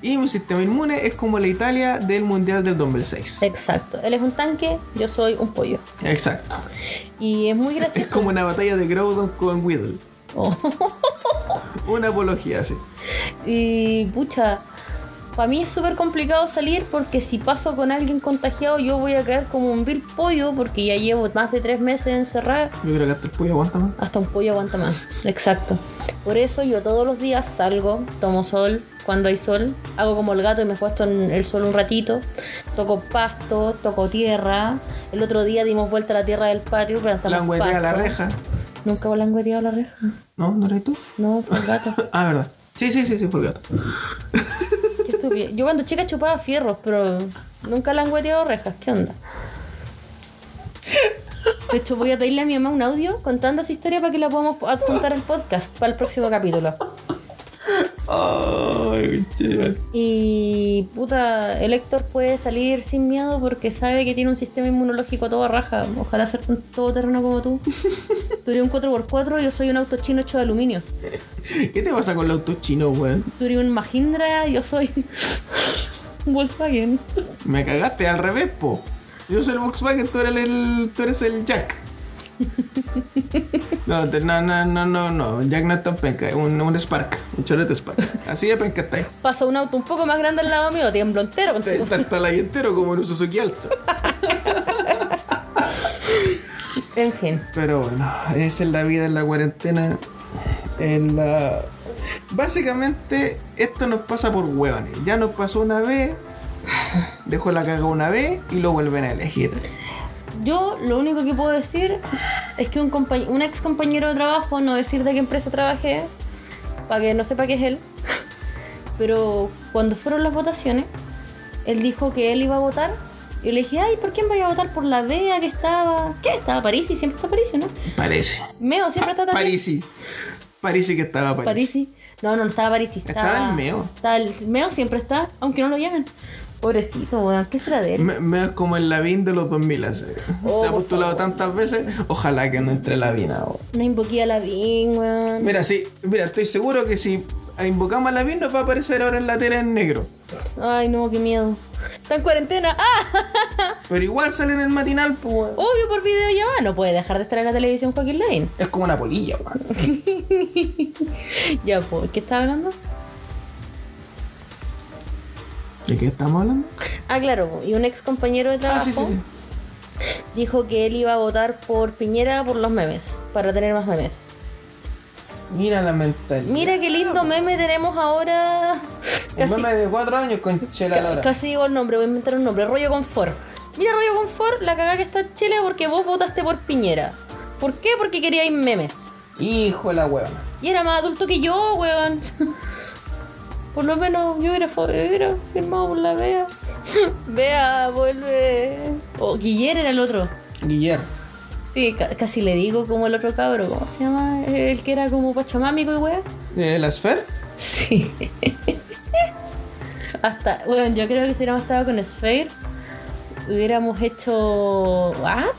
[SPEAKER 2] Y mi sistema inmune es como la Italia del Mundial del 2006.
[SPEAKER 1] Exacto. Él es un tanque, yo soy un pollo.
[SPEAKER 2] Exacto.
[SPEAKER 1] Y es muy
[SPEAKER 2] Es
[SPEAKER 1] gracioso.
[SPEAKER 2] como una batalla de Groudon con Weedle.
[SPEAKER 1] Oh.
[SPEAKER 2] Una apología, sí.
[SPEAKER 1] Y pucha, para mí es súper complicado salir porque si paso con alguien contagiado yo voy a caer como un vil pollo porque ya llevo más de tres meses encerrada.
[SPEAKER 2] Yo creo que hasta el pollo aguanta más.
[SPEAKER 1] Hasta un pollo aguanta más. Exacto. Por eso yo todos los días salgo, tomo sol cuando hay sol, hago como el gato y me puesto en el sol un ratito, toco pasto, toco tierra. El otro día dimos vuelta a la tierra del patio, plantamos
[SPEAKER 2] Languetea la
[SPEAKER 1] pasto.
[SPEAKER 2] reja.
[SPEAKER 1] Nunca he langueteado la reja.
[SPEAKER 2] ¿No? ¿No eres tú?
[SPEAKER 1] No, fue el gato.
[SPEAKER 2] Ah, verdad. Sí, sí, sí, sí, fue el gato.
[SPEAKER 1] Qué estúpido. Yo cuando chica chupaba fierros, pero nunca langueteado rejas. ¿Qué onda? De hecho, voy a pedirle a mi mamá un audio contando esa historia para que la podamos adjuntar al podcast para el próximo capítulo.
[SPEAKER 2] Ay, che.
[SPEAKER 1] Y puta, el Héctor puede salir sin miedo porque sabe que tiene un sistema inmunológico a toda raja. Ojalá ser tan todoterreno como tú. Tú eres un 4x4 y yo soy un auto chino hecho de aluminio.
[SPEAKER 2] ¿Qué te pasa con los autos chinos, weón?
[SPEAKER 1] Tú eres un Mahindra y yo soy un Volkswagen.
[SPEAKER 2] Me cagaste al revés, po. Yo soy el Volkswagen, tú eres el, tú eres el Jack. No, te- no, no, no, no, no. Jack no es tan penca, es un, un Spark, un chorete Spark. Así de penca está ahí.
[SPEAKER 1] Pasa un auto un poco más grande al lado mío, tiemblo entero. con
[SPEAKER 2] Está-
[SPEAKER 1] tu-
[SPEAKER 2] Está está el ahí entero como en un Suzuki Alto.
[SPEAKER 1] En fin.
[SPEAKER 2] Pero bueno, esa es la vida en la cuarentena. En la... Básicamente, esto nos pasa por hueones. Ya nos pasó una vez, dejó la caga una vez y lo vuelven a elegir.
[SPEAKER 1] Yo lo único que puedo decir es que un, compañ- un ex compañero de trabajo, no decir de qué empresa trabajé, para que no sepa qué es él, pero cuando fueron las votaciones, él dijo que él iba a votar. Y le dije, ay, ¿por quién vaya a votar? Por la DEA que estaba. ¿Qué? Estaba París y siempre está París, ¿no?
[SPEAKER 2] Parece.
[SPEAKER 1] Meo siempre está también.
[SPEAKER 2] Parisi. Parisi que estaba Parisi.
[SPEAKER 1] Parisi. No, no, no estaba Parisi. Estaba,
[SPEAKER 2] Estaba el Meo.
[SPEAKER 1] estaba el Meo siempre está, aunque no lo llamen. Pobrecito, weón, ¿qué será de él?
[SPEAKER 2] Me, me es como el Lavín de los 2000 así.
[SPEAKER 1] Oh,
[SPEAKER 2] Se ha
[SPEAKER 1] por
[SPEAKER 2] postulado tantas veces, ojalá que no entre Lavín ahora.
[SPEAKER 1] No invoqué a la BIN, weón.
[SPEAKER 2] Mira, sí, mira, estoy seguro que si invocamos a Lavín nos va a aparecer ahora en la tele en negro.
[SPEAKER 1] Ay, no, qué miedo. Está en cuarentena. ¡Ah!
[SPEAKER 2] Pero igual sale en el matinal, pues. weón.
[SPEAKER 1] Obvio por videollamada. No puede dejar de estar en la televisión Joaquín Lane.
[SPEAKER 2] Es como una polilla, weón.
[SPEAKER 1] Ya, pues, ¿qué estaba hablando?
[SPEAKER 2] ¿De qué estamos hablando?
[SPEAKER 1] Ah, claro, po, y un ex compañero de trabajo
[SPEAKER 2] Ah, sí, sí, sí.
[SPEAKER 1] dijo que él iba a votar por Piñera por los memes, para tener más memes.
[SPEAKER 2] Mira la mentalidad.
[SPEAKER 1] Mira qué lindo meme tenemos ahora.
[SPEAKER 2] El
[SPEAKER 1] Casi,
[SPEAKER 2] meme de cuatro años con Chela
[SPEAKER 1] ca-
[SPEAKER 2] Lora.
[SPEAKER 1] casi digo el nombre, voy a inventar un nombre. Rollo Confort. Mira, Rollo Confort, la cagada que está en Chile porque vos votaste por Piñera. ¿Por qué? Porque queríais memes.
[SPEAKER 2] Hijo de la huevona.
[SPEAKER 1] Y era más adulto que yo, weón. Por lo menos yo hubiera, fo- hubiera firmado por la Bea. Bea, vuelve. O Guillermo era el otro.
[SPEAKER 2] Guillermo.
[SPEAKER 1] Sí, ca- casi le digo como el otro cabro. ¿Cómo se llama? El que era como pachamámico y weón.
[SPEAKER 2] ¿Eh, ¿La Sfer?
[SPEAKER 1] Sí. Hasta, bueno, yo creo que si hubiéramos estado con Sphere, hubiéramos hecho. ¿What?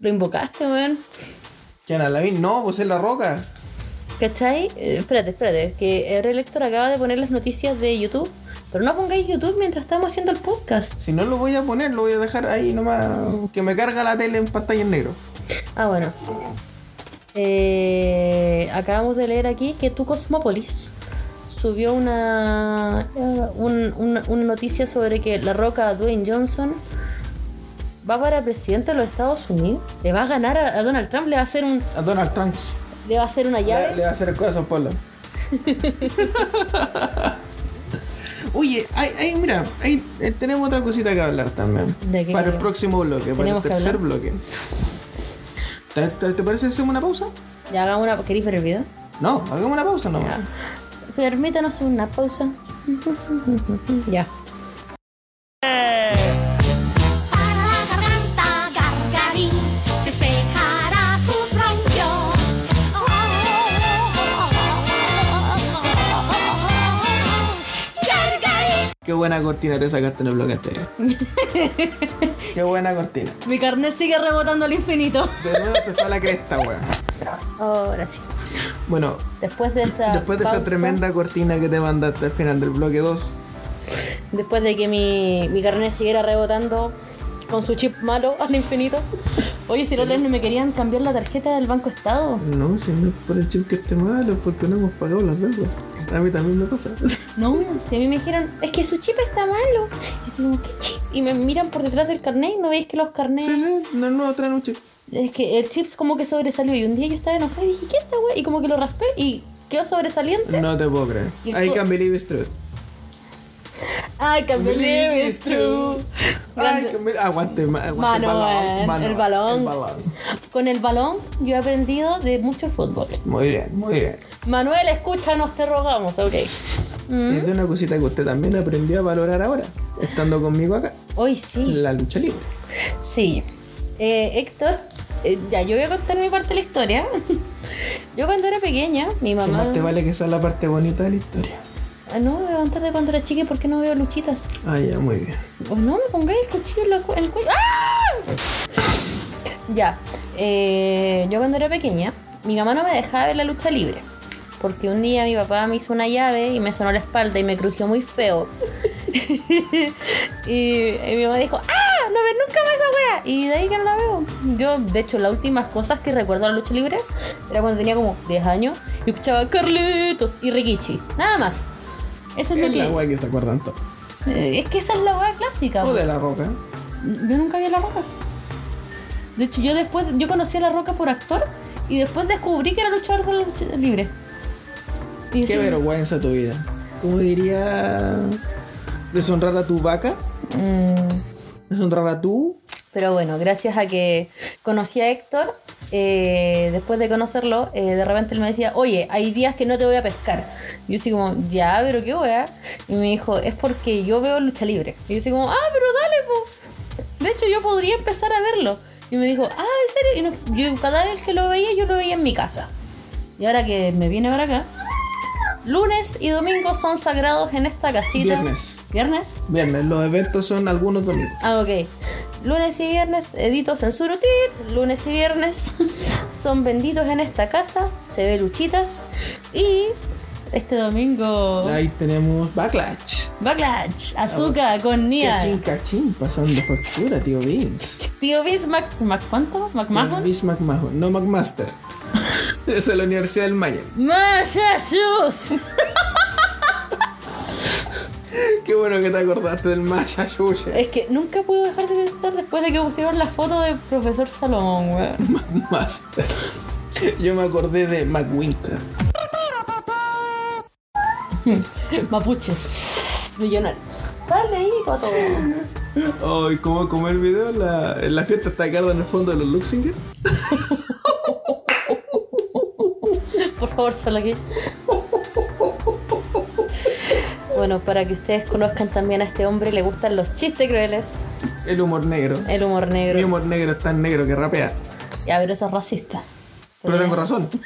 [SPEAKER 1] Lo invocaste, weón.
[SPEAKER 2] ¿Quién? ¿A Lavín? No, pues es la roca.
[SPEAKER 1] ¿Cachai? Eh, espérate, espérate, que el Lector acaba de poner las noticias de YouTube. Pero no pongáis YouTube mientras estamos haciendo el podcast.
[SPEAKER 2] Si no lo voy a poner, lo voy a dejar ahí nomás. Que me carga la tele en pantalla en negro.
[SPEAKER 1] Ah, bueno. Eh, acabamos de leer aquí que tu Cosmopolis subió una, eh, un- una, una noticia sobre que la roca Dwayne Johnson va para presidente de los Estados Unidos. Le va a ganar a, a Donald Trump, le va a hacer un,
[SPEAKER 2] A Donald Trump.
[SPEAKER 1] le va a hacer una llave.
[SPEAKER 2] Le, le va a hacer cosas, Polo. Oye, hay, hay- mira, hay- eh, tenemos otra cosita que hablar también.
[SPEAKER 1] ¿De qué
[SPEAKER 2] para el
[SPEAKER 1] hablar?
[SPEAKER 2] próximo bloque, para el
[SPEAKER 1] Tenemos que
[SPEAKER 2] tercer
[SPEAKER 1] hablar.
[SPEAKER 2] bloque. ¿Te, te, te parece que hacemos una pausa?
[SPEAKER 1] Ya hagamos una. ¿Queréis ver el video?
[SPEAKER 2] No, hagamos una pausa nomás.
[SPEAKER 1] Ya. Permítanos una pausa. ya.
[SPEAKER 5] Para la garganta, gargarín, despejará sus bronquios. Oh, oh, oh, oh, oh, oh. Gargarín.
[SPEAKER 2] Qué buena cortina te sacaste en el bloque anterior. Qué buena cortina.
[SPEAKER 1] Mi carnet sigue rebotando al infinito.
[SPEAKER 2] De nuevo se fue a la cresta, weón.
[SPEAKER 1] Ahora sí.
[SPEAKER 2] Bueno,
[SPEAKER 1] Después de esa.
[SPEAKER 2] después de esa
[SPEAKER 1] pausa,
[SPEAKER 2] tremenda cortina que te mandaste al final del bloque 2,
[SPEAKER 1] Después de que mi, mi carnet siguiera rebotando con su chip malo al infinito. Oye, si los no me querían cambiar la tarjeta del Banco Estado.
[SPEAKER 2] no, si no es por el chip que esté malo, porque no hemos pagado las deudas. A mí también me pasa.
[SPEAKER 1] No, si a mí me dijeron, es que su chip está malo. Yo digo, ¿qué chip? Y me miran por detrás del carnet y no veis que los carnets.
[SPEAKER 2] Sí, sí, no, no, traen un chip.
[SPEAKER 1] Es que el chip como que sobresalió. Y un día yo estaba enojada y dije, ¿qué esta wey? Y como que lo raspé y quedó sobresaliente.
[SPEAKER 2] No te puedo creer.
[SPEAKER 1] Y el
[SPEAKER 2] I
[SPEAKER 1] co-
[SPEAKER 2] can believe it's true.
[SPEAKER 1] I can believe it's true.
[SPEAKER 2] I
[SPEAKER 1] Grande.
[SPEAKER 2] can be- Aguante, ma- aguante
[SPEAKER 1] Mano,
[SPEAKER 2] el balón.
[SPEAKER 1] man, el balón.
[SPEAKER 2] el balón.
[SPEAKER 1] Con el balón yo he aprendido de mucho fútbol.
[SPEAKER 2] Muy bien, muy bien.
[SPEAKER 1] Manuel, escúchanos, te rogamos, ok. Mm.
[SPEAKER 2] Es de una cosita que usted también aprendió a valorar ahora, estando conmigo acá,
[SPEAKER 1] Hoy sí,
[SPEAKER 2] la lucha libre.
[SPEAKER 1] sí. Eh, Héctor, eh, ya yo voy a contar mi parte de la historia. yo cuando era pequeña, mi
[SPEAKER 2] Que
[SPEAKER 1] mamá...
[SPEAKER 2] más te vale que sea la parte bonita de la historia.
[SPEAKER 1] Ah, No, voy a contar de cuando era chica y por qué no veo luchitas.
[SPEAKER 2] Ah, ya, muy bien.
[SPEAKER 1] Oh, no me pongáis el cuchillo en la cu- el cuello. ¡Ah! Ya, eh, yo cuando era pequeña, mi mamá no me dejaba ver la lucha libre. Porque un día mi papá me hizo una llave y me sonó la espalda y me crujió muy feo. y, y mi mamá dijo, ¡ah! No ves nunca más esa wea. Y de ahí que no la veo. Yo, de hecho, las últimas cosas que recuerdo de la lucha libre era cuando tenía como 10 años y escuchaba Carlitos y Rikichi. Nada más. Eso es,
[SPEAKER 2] Es
[SPEAKER 1] lo
[SPEAKER 2] la
[SPEAKER 1] que...
[SPEAKER 2] guay que se acuerdan todos.
[SPEAKER 1] Eh, Es que esa es la wea clásica.
[SPEAKER 2] O
[SPEAKER 1] po.
[SPEAKER 2] de la roca.
[SPEAKER 1] Yo nunca vi a La Roca. De hecho, yo después, yo conocí a La Roca por actor y después descubrí que era luchador de la lucha libre. Y
[SPEAKER 2] Qué
[SPEAKER 1] sí,
[SPEAKER 2] vergüenza tu vida. Como diría. Deshonrar a tu vaca,
[SPEAKER 1] mm,
[SPEAKER 2] deshonrar a tu.
[SPEAKER 1] pero bueno, gracias a que conocí a Héctor, eh, después de conocerlo, eh, de repente él me decía, oye, hay días que no te voy a pescar. Yo así como, ya, pero qué wea. Y me dijo, es porque yo veo lucha libre. Y yo así como, ah, pero dale, po. De hecho, yo podría empezar a verlo. Y me dijo, ah, ¿en serio? Y no- yo cada vez que lo veía, yo lo veía en mi casa. Y ahora que me viene para acá, lunes y domingo son sagrados en esta casita.
[SPEAKER 2] Viernes.
[SPEAKER 1] ¿Viernes?
[SPEAKER 2] Viernes, los eventos son algunos domingos.
[SPEAKER 1] Ah, ok. Lunes y viernes, edito censuro, tit. lunes y viernes son benditos en esta casa, se ve luchitas y este domingo...
[SPEAKER 2] Ahí tenemos Backlash.
[SPEAKER 1] Backlash,
[SPEAKER 2] Ah,
[SPEAKER 1] azúcar con Nia.
[SPEAKER 2] Cachín, cachín, pasando factura, tío Vince.
[SPEAKER 1] Tío Vince Mac... Mac ¿Cuánto?
[SPEAKER 2] Tío
[SPEAKER 1] ¿McMahon?
[SPEAKER 2] Vince McMahon, no McMaster. es de la Universidad del Maya.
[SPEAKER 1] ¡Massachusetts!
[SPEAKER 2] Qué bueno que te acordaste del Maya Yuya.
[SPEAKER 1] Es que nunca puedo dejar de pensar después de que pusieron la foto de profesor Salomón, weón.
[SPEAKER 2] McMaster. Yo me acordé de McWinker.
[SPEAKER 1] Mapuches, millonarios. Sale ahí, pato.
[SPEAKER 2] Ay, ¿cómo, cómo el video? La, la fiesta está cargada en el fondo de los Luxinger.
[SPEAKER 1] Por favor, sal aquí. Bueno, para que ustedes conozcan también a este hombre, le gustan los chistes crueles,
[SPEAKER 2] El humor negro.
[SPEAKER 1] el humor negro.
[SPEAKER 2] Mi humor negro es tan negro que rapea.
[SPEAKER 1] Ya, pero eso es racista.
[SPEAKER 2] Pero tengo razón.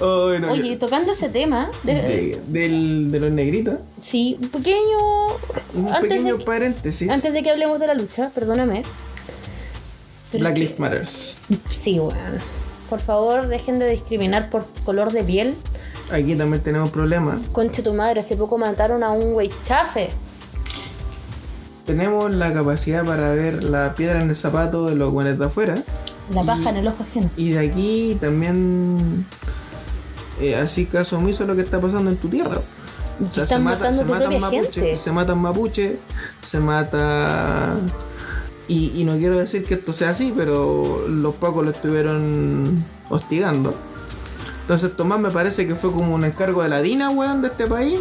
[SPEAKER 2] Ay, no,
[SPEAKER 1] Oye, tocando ese tema,
[SPEAKER 2] que-
[SPEAKER 1] de-
[SPEAKER 2] Oh, de, del- de los negritos.
[SPEAKER 1] sí, un pequeño.
[SPEAKER 2] Un
[SPEAKER 1] antes,
[SPEAKER 2] pequeño
[SPEAKER 1] de,
[SPEAKER 2] paréntesis.
[SPEAKER 1] antes de que hablemos de la lucha, perdóname. Pero
[SPEAKER 2] Black
[SPEAKER 1] es
[SPEAKER 2] Lives Matters.
[SPEAKER 1] que- Sí, weón. Por favor, dejen de discriminar por color de piel.
[SPEAKER 2] Aquí también tenemos problemas.
[SPEAKER 1] Conche tu madre, hace poco mataron a un güey chafe.
[SPEAKER 2] Tenemos la capacidad para ver la piedra en el zapato de los buenos de afuera.
[SPEAKER 1] La
[SPEAKER 2] Y-
[SPEAKER 1] paja en el ojo ajeno.
[SPEAKER 2] Y de aquí también. eh, así caso omiso a lo que está pasando en tu tierra.
[SPEAKER 1] Y que están matando a tu propia gente.
[SPEAKER 2] mapuche, se matan mapuche, se mata. Y, y no quiero decir que esto sea así, pero los pacos lo estuvieron hostigando. Entonces Tomás me parece que fue como un encargo de la DINA, weón, de este país.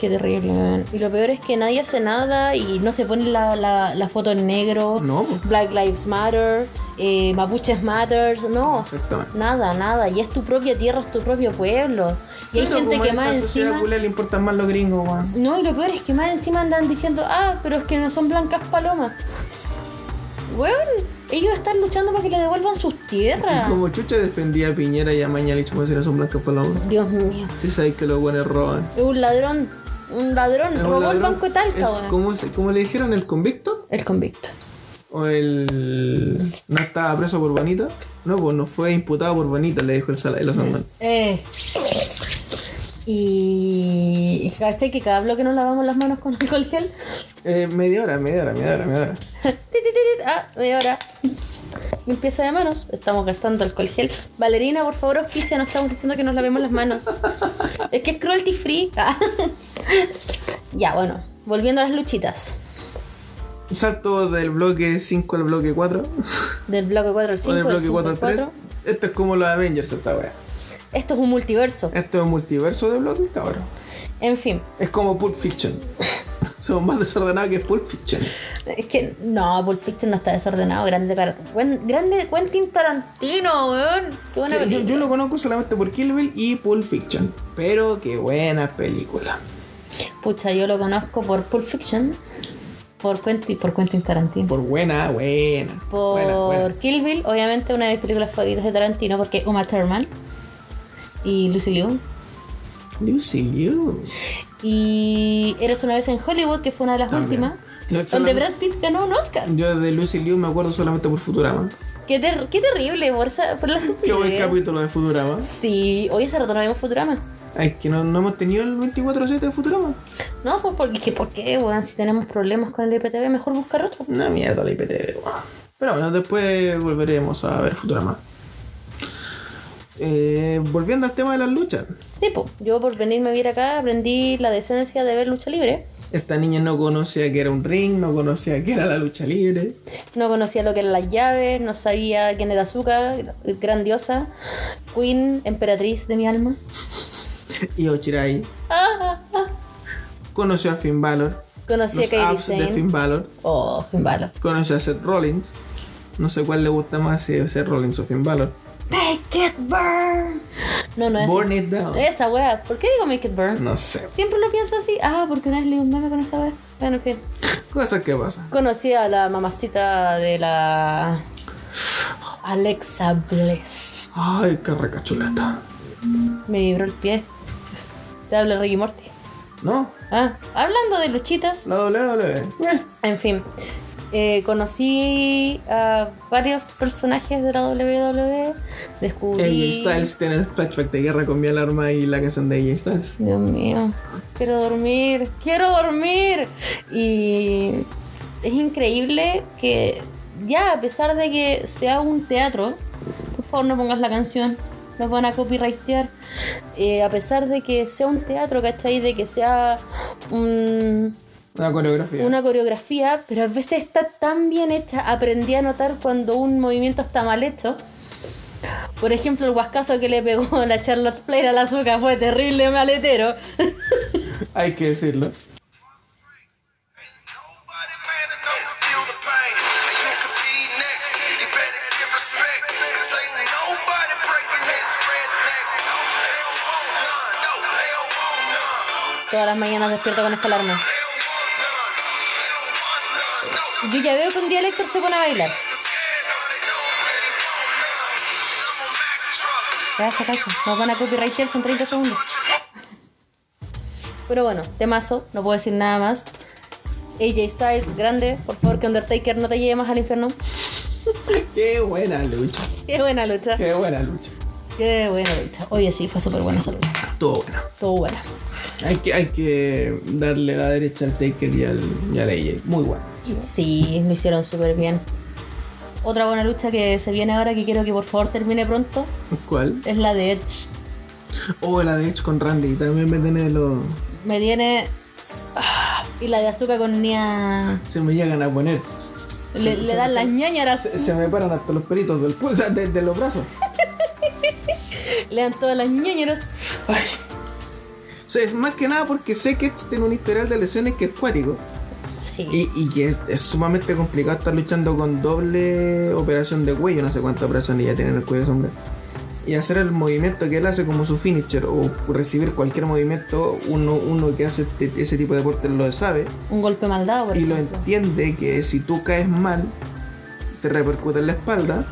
[SPEAKER 1] Qué terrible, man. Y lo peor es que nadie hace nada y no se pone la, la- la foto en negro.
[SPEAKER 2] No, po.
[SPEAKER 1] Black Lives Matter, eh, Mapuches Matters, no.
[SPEAKER 2] exactamente.
[SPEAKER 1] Nada, nada. Y es tu propia tierra, es tu propio pueblo. Y hay
[SPEAKER 2] Pero
[SPEAKER 1] gente
[SPEAKER 2] como
[SPEAKER 1] que
[SPEAKER 2] a
[SPEAKER 1] más
[SPEAKER 2] esta sociedad
[SPEAKER 1] encima.
[SPEAKER 2] culia le importan más los gringos, weón.
[SPEAKER 1] No, y lo peor es que más encima andan diciendo, ah, pero es que no son blancas palomas. Weón, ellos están luchando para que le devuelvan sus
[SPEAKER 2] Y
[SPEAKER 1] tierras.
[SPEAKER 2] como Chucha defendía a Piñera y a Mañalich como si no son blancas palabras.
[SPEAKER 1] Dios mío.
[SPEAKER 2] Si sabéis que los buenos roban.
[SPEAKER 1] Es un ladrón. Un ladrón.
[SPEAKER 2] Es un
[SPEAKER 1] Robó el
[SPEAKER 2] ladrón.
[SPEAKER 1] banco de Talca,
[SPEAKER 2] Es
[SPEAKER 1] weón.
[SPEAKER 2] como, se- como le dijeron el convicto,
[SPEAKER 1] El convicto.
[SPEAKER 2] o el. No estaba preso por Bonita. No, pues no fue imputado por Bonita, le dijo el Sala de los Samuel.
[SPEAKER 3] Eh.
[SPEAKER 1] Y. Caché que cada bloque nos lavamos las manos con alcohol gel.
[SPEAKER 2] Eh, media hora, media hora, media hora, media hora.
[SPEAKER 1] Ti, ti, ti, ti. Ah, media hora. Limpieza de manos. Estamos gastando alcohol gel. Valerina, por favor, auspicia. No estamos diciendo que nos lavemos las manos. Es que es cruelty free. Ah. Ya, bueno. Volviendo a las luchitas.
[SPEAKER 2] Salto del bloque 5 al bloque 4.
[SPEAKER 1] Del bloque 4 al 5.
[SPEAKER 2] O del bloque
[SPEAKER 1] cinco
[SPEAKER 2] 4
[SPEAKER 1] al
[SPEAKER 2] al 3.
[SPEAKER 1] cuatro.
[SPEAKER 2] Esto es como los Avengers, esta wea.
[SPEAKER 1] Esto es un multiverso.
[SPEAKER 2] Esto es multiverso de bloques, cabrón.
[SPEAKER 1] En fin.
[SPEAKER 2] Es como Pulp Fiction. Son más desordenados que Pulp Fiction.
[SPEAKER 1] Es que no, Pulp Fiction no está desordenado. Grande, para- buen- grande Quentin Tarantino, weón. Qué buena
[SPEAKER 2] Yo- Yo,
[SPEAKER 1] película.
[SPEAKER 2] yo lo conozco solamente por Kill Bill y Pulp Fiction. Pero qué buena película.
[SPEAKER 1] Pucha, yo lo conozco por Pulp Fiction, por Quentin, por Quentin Tarantino.
[SPEAKER 2] Por buena, buena.
[SPEAKER 1] Por
[SPEAKER 2] buena, buena.
[SPEAKER 1] Kill Bill, obviamente una de mis películas favoritas de Tarantino, porque Uma Thurman y Lucy Liu.
[SPEAKER 2] Lucy Liu.
[SPEAKER 1] Y Eres una vez en Hollywood, que fue una de las
[SPEAKER 2] También.
[SPEAKER 1] últimas,
[SPEAKER 2] Ah, No,
[SPEAKER 1] donde
[SPEAKER 2] solamente-
[SPEAKER 1] Brad Pitt ganó un Oscar.
[SPEAKER 2] Yo de Lucy Liu me acuerdo solamente por Futurama.
[SPEAKER 1] Qué, ter- qué terrible por, esa- por la
[SPEAKER 2] Qué buen
[SPEAKER 1] estupidez.
[SPEAKER 2] capítulo de Futurama.
[SPEAKER 1] Sí, hoy hace rato no vimos Futurama.
[SPEAKER 2] Ay, Es que no, no hemos tenido el 24-7 de Futurama.
[SPEAKER 1] No, pues porque, que, ¿por qué, weón? Si tenemos problemas con el IPTV, mejor buscar otro.
[SPEAKER 2] Una mierda la IPTV, weón. Pero bueno, después volveremos a ver Futurama. Eh, volviendo al tema de las luchas.
[SPEAKER 1] Sí, pues, yo por venirme a ver acá aprendí la decencia de ver lucha libre.
[SPEAKER 2] Esta niña no conocía que era un ring, no conocía que era la lucha libre.
[SPEAKER 1] No conocía lo que eran las llaves, no sabía quién era Zuka, grandiosa, Queen, emperatriz de mi alma.
[SPEAKER 2] Y Ochirai
[SPEAKER 1] Ah, ah, ah.
[SPEAKER 2] conoció a Finn Balor.
[SPEAKER 1] Conocí a
[SPEAKER 2] Los
[SPEAKER 1] Kairi
[SPEAKER 2] abs de
[SPEAKER 1] Sane.
[SPEAKER 2] Finn Balor.
[SPEAKER 1] Oh, Finn Balor.
[SPEAKER 2] Conoció a Seth Rollins. No sé cuál le gusta más, si Seth Rollins o Finn Balor.
[SPEAKER 1] Make it burn. No, no es.
[SPEAKER 2] Born It Down.
[SPEAKER 1] Esa wea. ¿Por qué digo make it burn?
[SPEAKER 2] No sé.
[SPEAKER 1] Siempre lo pienso así. Ah, porque una vez leí un meme con esa wea. Bueno, en fin.
[SPEAKER 2] Cosas que pasan.
[SPEAKER 1] Conocí a la mamacita de la. Alexa Bliss.
[SPEAKER 2] Ay, qué recachuleta.
[SPEAKER 1] Me vibró el pie. Te habla Ricky Morty.
[SPEAKER 2] ¿No?
[SPEAKER 1] Ah, hablando de luchitas.
[SPEAKER 2] La WWE. Eh,
[SPEAKER 1] En fin, eh, conocí a varios personajes de la WWE, descubrí...
[SPEAKER 2] AJ Styles tiene el flashback de guerra con Mia Arma y la canción de AJ Styles.
[SPEAKER 1] Dios mío, quiero dormir, quiero dormir. Y es increíble que ya, a pesar de que sea un teatro, por favor no pongas la canción, nos van a copyrightear. Eh, a pesar de que sea un teatro, ¿cachai? De que sea un...
[SPEAKER 2] Una coreografía.
[SPEAKER 1] una coreografía, pero a veces está tan bien hecha. Aprendí a notar cuando un movimiento está mal hecho. Por ejemplo, el guascazo que le pegó la Charlotte Flair a la azúcar fue terrible maletero.
[SPEAKER 2] Hay que decirlo.
[SPEAKER 6] Nobody man enough to feel the pain. And you could be next. You better give respect. 'Cause ain't nobody breaking this redneck. No, they don't want none. No, they don't want none.
[SPEAKER 1] Todas las mañanas despierto con esta alarma.
[SPEAKER 6] They don't want none. They don't want none. No,
[SPEAKER 1] Yo ya veo que un día el Héctor se pone a bailar.
[SPEAKER 6] they're scared. No, they don't really want none. I'm a Mack truck.
[SPEAKER 1] Cacha, cacha. Nos van a copyrightear en 30 segundos.
[SPEAKER 6] What you want?
[SPEAKER 1] Pero bueno, temazo, no puedo decir nada más. AJ Styles, grande. Por favor, que Undertaker no te lleve más al infierno.
[SPEAKER 2] Qué buena lucha.
[SPEAKER 1] Qué buena lucha.
[SPEAKER 2] Qué buena lucha.
[SPEAKER 1] Qué buena lucha. Oye, sí, fue súper buena esa lucha.
[SPEAKER 2] Todo bueno.
[SPEAKER 1] Todo buena.
[SPEAKER 2] Hay que, hay que darle la derecha al Taker y al, y al AJ. Muy bueno.
[SPEAKER 1] Sí, lo hicieron súper bien. Otra buena lucha que se viene ahora que quiero que por favor termine pronto
[SPEAKER 2] ¿Cuál?
[SPEAKER 1] es la de Edge.
[SPEAKER 2] Oh, la de Edge con Randy. También me tiene lo...
[SPEAKER 1] Me tiene. Ah, y la de Azúcar con Nia.
[SPEAKER 2] Se me llegan a poner.
[SPEAKER 1] Le, le dan las ñañaras.
[SPEAKER 2] Se, se me paran hasta los peritos del pulso, de, de los brazos.
[SPEAKER 1] Le dan todas las ñañaras.
[SPEAKER 2] Ay. O sea, es más que nada porque sé que Edge tiene un historial de lesiones que es cuático.
[SPEAKER 1] Sí.
[SPEAKER 2] Y, y que es, es sumamente complicado estar luchando con doble operación de cuello, no sé cuántas operaciones ya tiene en el cuello ese hombre. Y hacer el movimiento que él hace como su finisher o recibir cualquier movimiento, uno, uno que hace este- ese tipo de deporte lo sabe
[SPEAKER 1] Un golpe mal dado, por
[SPEAKER 2] y lo
[SPEAKER 1] ejemplo.
[SPEAKER 2] entiende que si tú caes mal, te repercute en la espalda,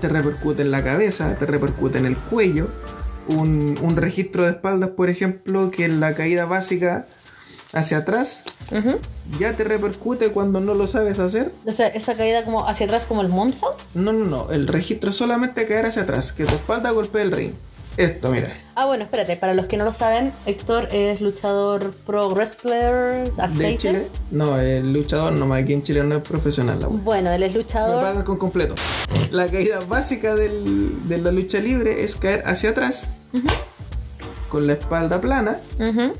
[SPEAKER 2] te repercute en la cabeza, te repercute en el cuello. Un, un registro de espaldas, por ejemplo, que en la caída básica hacia atrás
[SPEAKER 7] Ujú.
[SPEAKER 2] ya te repercute cuando no lo sabes hacer.
[SPEAKER 1] O sea, esa caída como hacia atrás como el monzo.
[SPEAKER 2] No, no, no. El registro es solamente caer hacia atrás. Que tu espalda golpee el ring. Esto, mira.
[SPEAKER 1] Ah, bueno, espérate, para los que no lo saben, Héctor es luchador pro wrestler
[SPEAKER 2] De
[SPEAKER 1] Stater.
[SPEAKER 2] Chile. No, el luchador nomás. Aquí en Chile no es profesional la wea.
[SPEAKER 1] Bueno, él es
[SPEAKER 2] Me
[SPEAKER 1] luchador.
[SPEAKER 2] pagan con completo. La caída básica del- de la lucha libre es caer hacia atrás. Con la espalda plana.
[SPEAKER 1] Ujú.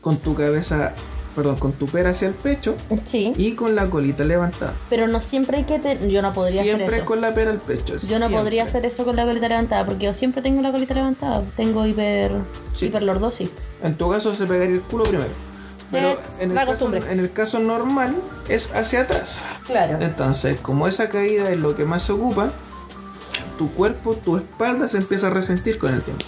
[SPEAKER 2] Con tu cabeza. Perdón, con tu pera hacia el pecho.
[SPEAKER 1] Sí.
[SPEAKER 2] Y con la colita levantada.
[SPEAKER 1] Pero no siempre hay que te- Yo no podría
[SPEAKER 2] siempre
[SPEAKER 1] hacer eso.
[SPEAKER 2] con la pera al pecho.
[SPEAKER 1] Yo no
[SPEAKER 2] siempre.
[SPEAKER 1] podría hacer eso con la colita levantada, porque yo siempre tengo la colita levantada. Tengo hiper...
[SPEAKER 2] Sí.
[SPEAKER 1] hiperlordosis.
[SPEAKER 2] En tu caso se pegaría el culo primero. Pero
[SPEAKER 1] Es
[SPEAKER 2] en el,
[SPEAKER 1] Eh, la
[SPEAKER 2] caso,
[SPEAKER 1] costumbre.
[SPEAKER 2] en el caso normal es hacia atrás.
[SPEAKER 1] Claro.
[SPEAKER 2] Eh. Entonces, como esa caída es lo que más se ocupa, tu cuerpo, tu espalda se empieza a resentir con el tiempo.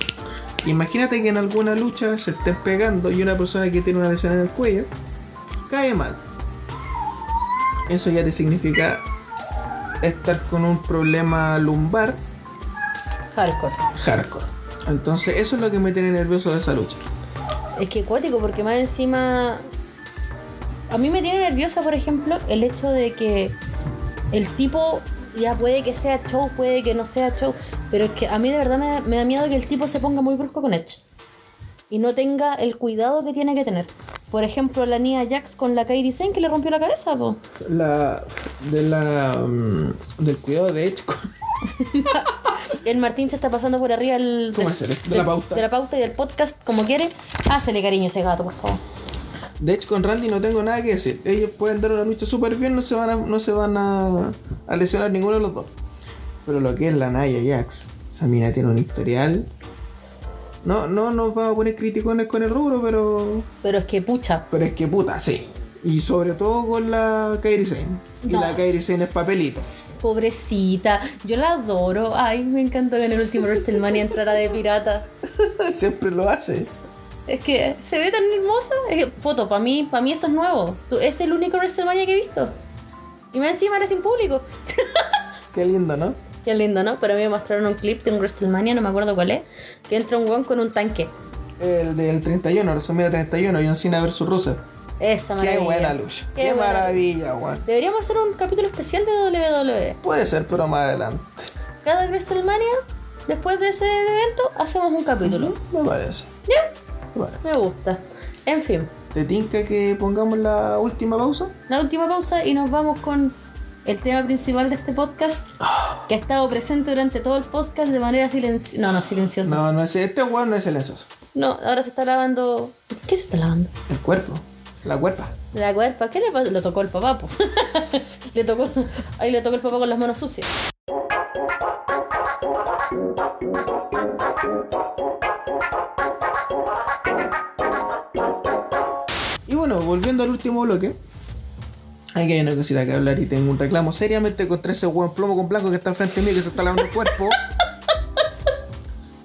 [SPEAKER 2] Imagínate que en alguna lucha se estén pegando y una persona que tiene una lesión en el cuello cae mal. Eso ya te significa estar con un problema lumbar
[SPEAKER 1] Hardcore.
[SPEAKER 2] hardcore. Entonces, eso es lo que me tiene nervioso de esa lucha.
[SPEAKER 1] Es que cuático, porque más encima. A mí me tiene nerviosa, por ejemplo, el hecho de que el tipo ya puede que sea show, puede que no sea show, pero es que a mí de verdad me da, me da miedo que el tipo se ponga muy brusco con Edge y no tenga el cuidado que tiene que tener. Por ejemplo, la niña Jax con la Kairi Sen que le rompió la cabeza, po.
[SPEAKER 2] La, de la, mm, del cuidado de Edge con-
[SPEAKER 1] El Martín se está pasando por arriba el,
[SPEAKER 2] ¿Cómo
[SPEAKER 1] del-
[SPEAKER 2] hacer eso? De
[SPEAKER 1] del-
[SPEAKER 2] la pauta.
[SPEAKER 1] de la pauta y del podcast como quiere. Hácele cariño a ese gato, por favor.
[SPEAKER 2] De hecho, con Randy no tengo nada que decir. Ellos pueden dar una lucha súper bien, no se van, a, no se van a, a lesionar ninguno de los dos. Pero lo que es la Naya Jax, esa mina tiene un historial. No, no nos vamos a poner criticones con el rubro, pero.
[SPEAKER 1] Pero es que pucha.
[SPEAKER 2] Pero es que puta, sí. Y sobre todo con la Kairi Sane. Y
[SPEAKER 1] No.
[SPEAKER 2] la Kairi Sane es papelito.
[SPEAKER 1] Pobrecita, yo la adoro. Ay, me encantó que en el último WrestleMania entrara de pirata.
[SPEAKER 2] Siempre lo hace.
[SPEAKER 1] Es que se ve tan hermosa. Es que, foto, para mí, para mí eso es nuevo. Tú- es el único WrestleMania que he visto. Y más encima era sin público.
[SPEAKER 2] Qué lindo, ¿no?
[SPEAKER 1] Qué lindo, ¿no? Pero a mí me mostraron un clip de un WrestleMania, no me acuerdo cuál es, que entra un weón con un tanque.
[SPEAKER 2] El del 31, WrestleMania 31, John Cena versus Rusev.
[SPEAKER 1] Esa maravilla.
[SPEAKER 2] Qué buena lucha. Qué,
[SPEAKER 1] buena lucha.
[SPEAKER 2] maravilla, weón.
[SPEAKER 1] Deberíamos hacer un capítulo especial de WWE.
[SPEAKER 2] Puede ser, pero más adelante.
[SPEAKER 1] Cada WrestleMania, después de ese evento, hacemos un capítulo.
[SPEAKER 2] Mm, Me parece. Me parece.
[SPEAKER 1] Me gusta. En fin.
[SPEAKER 2] ¿Te tinca que pongamos la última pausa?
[SPEAKER 1] la última pausa y nos vamos con el tema principal de este podcast que ha estado presente durante todo el podcast de manera silenciosa. No, no silenciosa. No.
[SPEAKER 2] No, no es. Este weón no es silencioso.
[SPEAKER 1] ahora se está lavando. ¿Qué se está lavando?
[SPEAKER 2] El cuerpo. La cuerpa.
[SPEAKER 1] La cuerpa. ¿Qué le pasó? Lo tocó el papá, po. le tocó. Ahí le tocó el papá con las manos sucias.
[SPEAKER 2] Y bueno, volviendo al último bloque. Aquí hay una cosita que hablar y tengo un reclamo seriamente contra ese weón plomo con blanco que está al frente mío que se está lavando el cuerpo.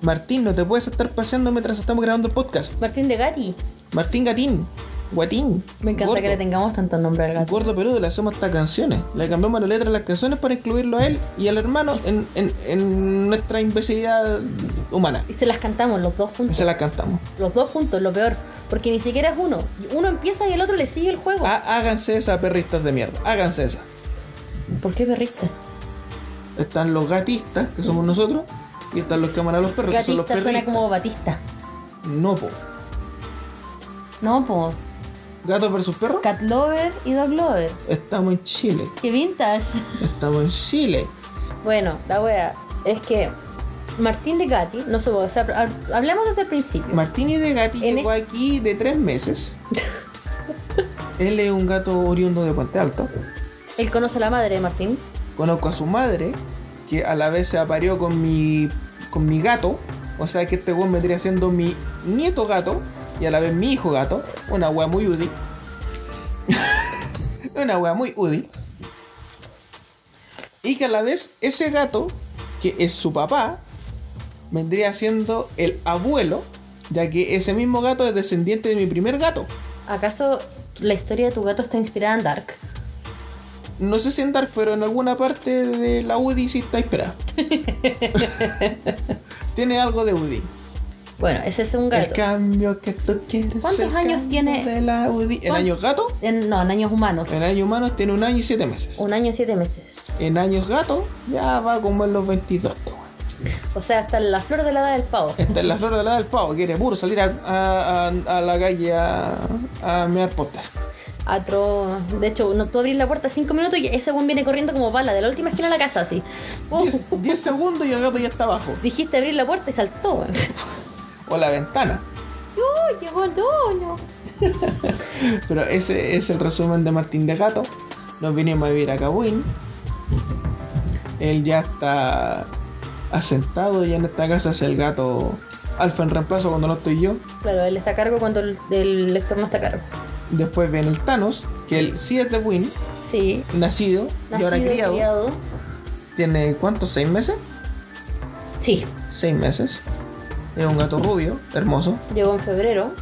[SPEAKER 2] Martín, no te puedes estar paseando mientras estamos grabando el podcast.
[SPEAKER 1] Martín de Gatti.
[SPEAKER 2] Martín Gatín. Guatín.
[SPEAKER 1] Me encanta
[SPEAKER 2] gordo.
[SPEAKER 1] que le tengamos tanto nombre al gato.
[SPEAKER 2] Gordo Peludo le hacemos hasta canciones. Le cambiamos la letra a las canciones para incluirlo a él y al hermano en, en- en nuestra imbecilidad humana.
[SPEAKER 1] Y se las cantamos los dos
[SPEAKER 2] Y
[SPEAKER 1] juntos.
[SPEAKER 2] se la cantamos.
[SPEAKER 1] Los dos juntos, lo peor. Porque ni siquiera es uno. Uno empieza y el otro le sigue el juego.
[SPEAKER 2] Há- Ah, háganse esas perristas de mierda. Háganse esas.
[SPEAKER 1] ¿Por qué perrista?
[SPEAKER 2] Están los gatistas, que somos nosotros, y están los que aman a los perros, que son
[SPEAKER 1] Gatista
[SPEAKER 2] los perristas.
[SPEAKER 1] suena como Batista.
[SPEAKER 2] No, po.
[SPEAKER 1] No, po.
[SPEAKER 2] Gatos versus perros.
[SPEAKER 1] Cat Lover y Dog Lover.
[SPEAKER 2] Estamos en Chile.
[SPEAKER 1] ¡Qué vintage!
[SPEAKER 2] Estamos en Chile.
[SPEAKER 1] Bueno, la wea es que Martín de Gatti, no supo, o sea, hab- hablamos desde el principio.
[SPEAKER 2] Martini de Gatti
[SPEAKER 1] En
[SPEAKER 2] llegó aquí de tres meses. Él es un gato oriundo de Puente Alto.
[SPEAKER 1] Él conoce a la madre de Martín.
[SPEAKER 2] conozco a su madre, que a la vez se apareó con mi, con mi gato, o sea que este weón vendría siendo mi nieto gato y a la vez mi hijo gato, una wea muy UDI. una wea muy UDI. Y que a la vez ese gato, que es su papá, vendría siendo el abuelo, ya que ese mismo gato es descendiente de mi primer gato.
[SPEAKER 1] ¿Acaso la historia de tu gato está inspirada en Dark?
[SPEAKER 2] No sé si en Dark, pero en alguna parte de la UDI sí está inspirada. Tiene algo de UDI.
[SPEAKER 3] Bueno, ese es un
[SPEAKER 2] El
[SPEAKER 3] gato.
[SPEAKER 2] cambio que tú quieres.
[SPEAKER 1] ¿Cuántos
[SPEAKER 2] el
[SPEAKER 1] años
[SPEAKER 2] cambio
[SPEAKER 1] tiene-
[SPEAKER 2] de la UDI. En
[SPEAKER 1] ¿Cuán-
[SPEAKER 2] años gato,
[SPEAKER 1] En- no, en años humanos.
[SPEAKER 2] en años humanos tiene un año y siete meses.
[SPEAKER 1] Un año y siete meses.
[SPEAKER 2] En años gato, ya va como en los 22. este weón.
[SPEAKER 1] O sea, hasta la flor de la edad del pavo.
[SPEAKER 2] Esta es la flor de la edad del pavo, quiere puro salir a, a- a- a la calle a, a mear potas.
[SPEAKER 1] Atro... De hecho, no, tú abrís la puerta cinco minutos y ese buen viene corriendo como bala de la última esquina de la casa, así. Uf,
[SPEAKER 2] 10 segundos y el gato ya está abajo.
[SPEAKER 1] dijiste abrir la puerta y saltó, weón.
[SPEAKER 2] O la ventana.
[SPEAKER 1] ¡Uy, llegó el doño!
[SPEAKER 2] Pero ese es el resumen de Martín de Gato. Nos vinimos a vivir a Cabuín. Él ya está asentado ya en esta casa. Es el gato alfa en reemplazo cuando no estoy yo.
[SPEAKER 1] Claro, él está a cargo cuando el, el lector no está a cargo.
[SPEAKER 2] Después viene el Thanos, que él sí es de Win,
[SPEAKER 1] Sí.
[SPEAKER 2] nacido, y ahora
[SPEAKER 1] Nacido,
[SPEAKER 2] criado.
[SPEAKER 1] criado.
[SPEAKER 2] Tiene cuántos, seis meses?
[SPEAKER 1] Sí,
[SPEAKER 2] Seis meses. Es un gato rubio, hermoso.
[SPEAKER 1] llegó en febrero.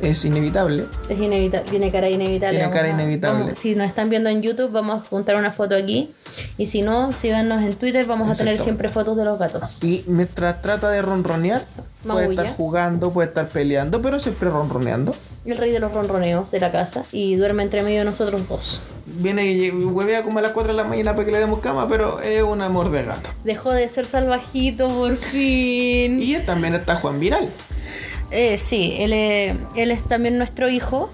[SPEAKER 2] Es inevitable.
[SPEAKER 1] Es inevitable, tiene cara inevitable.
[SPEAKER 2] Tiene
[SPEAKER 1] vamos
[SPEAKER 2] cara
[SPEAKER 1] a-
[SPEAKER 2] inevitable.
[SPEAKER 1] vamos- si nos están viendo en YouTube, vamos a juntar una foto aquí. Y si no, síganos en Twitter, vamos a tener
[SPEAKER 2] Exactamente.
[SPEAKER 1] siempre fotos de los gatos.
[SPEAKER 2] Y mientras trata de ronronear, puede
[SPEAKER 1] Maulla.
[SPEAKER 2] estar jugando, puede estar peleando, pero siempre ronroneando.
[SPEAKER 1] El rey de los ronroneos de la casa y duerme entre medio de nosotros dos.
[SPEAKER 2] Viene y huevea como a las 4 de la mañana para que le demos cama, pero es un amor de gato.
[SPEAKER 1] Dejó de ser salvajito por fin.
[SPEAKER 2] Y también está Juan Viral.
[SPEAKER 1] Eh, sí, él es, él es también nuestro hijo.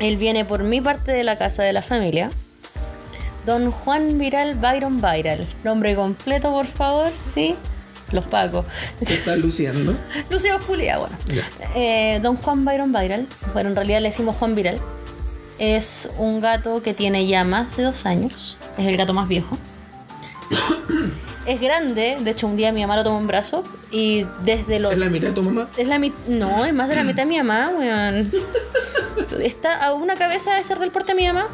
[SPEAKER 1] Él viene por mi parte de la casa de la familia. Don Juan Viral Byron Viral. Nombre completo, por favor, sí. Los Pacos.
[SPEAKER 2] Se está luciendo.
[SPEAKER 1] Lucía Julia, bueno.
[SPEAKER 2] Ya.
[SPEAKER 1] Eh, Don Juan Byron Viral. Bueno, en realidad le decimos Juan Viral. Es un gato que tiene ya más de dos años. Es el gato más viejo. es grande. De hecho, un día mi mamá lo tomó en brazo. Y desde los
[SPEAKER 2] Es la mitad de tu mamá.
[SPEAKER 1] es la mitad. No, es más de la mitad de mi mamá, weón. Está a una cabeza de ser del porte de mi mamá.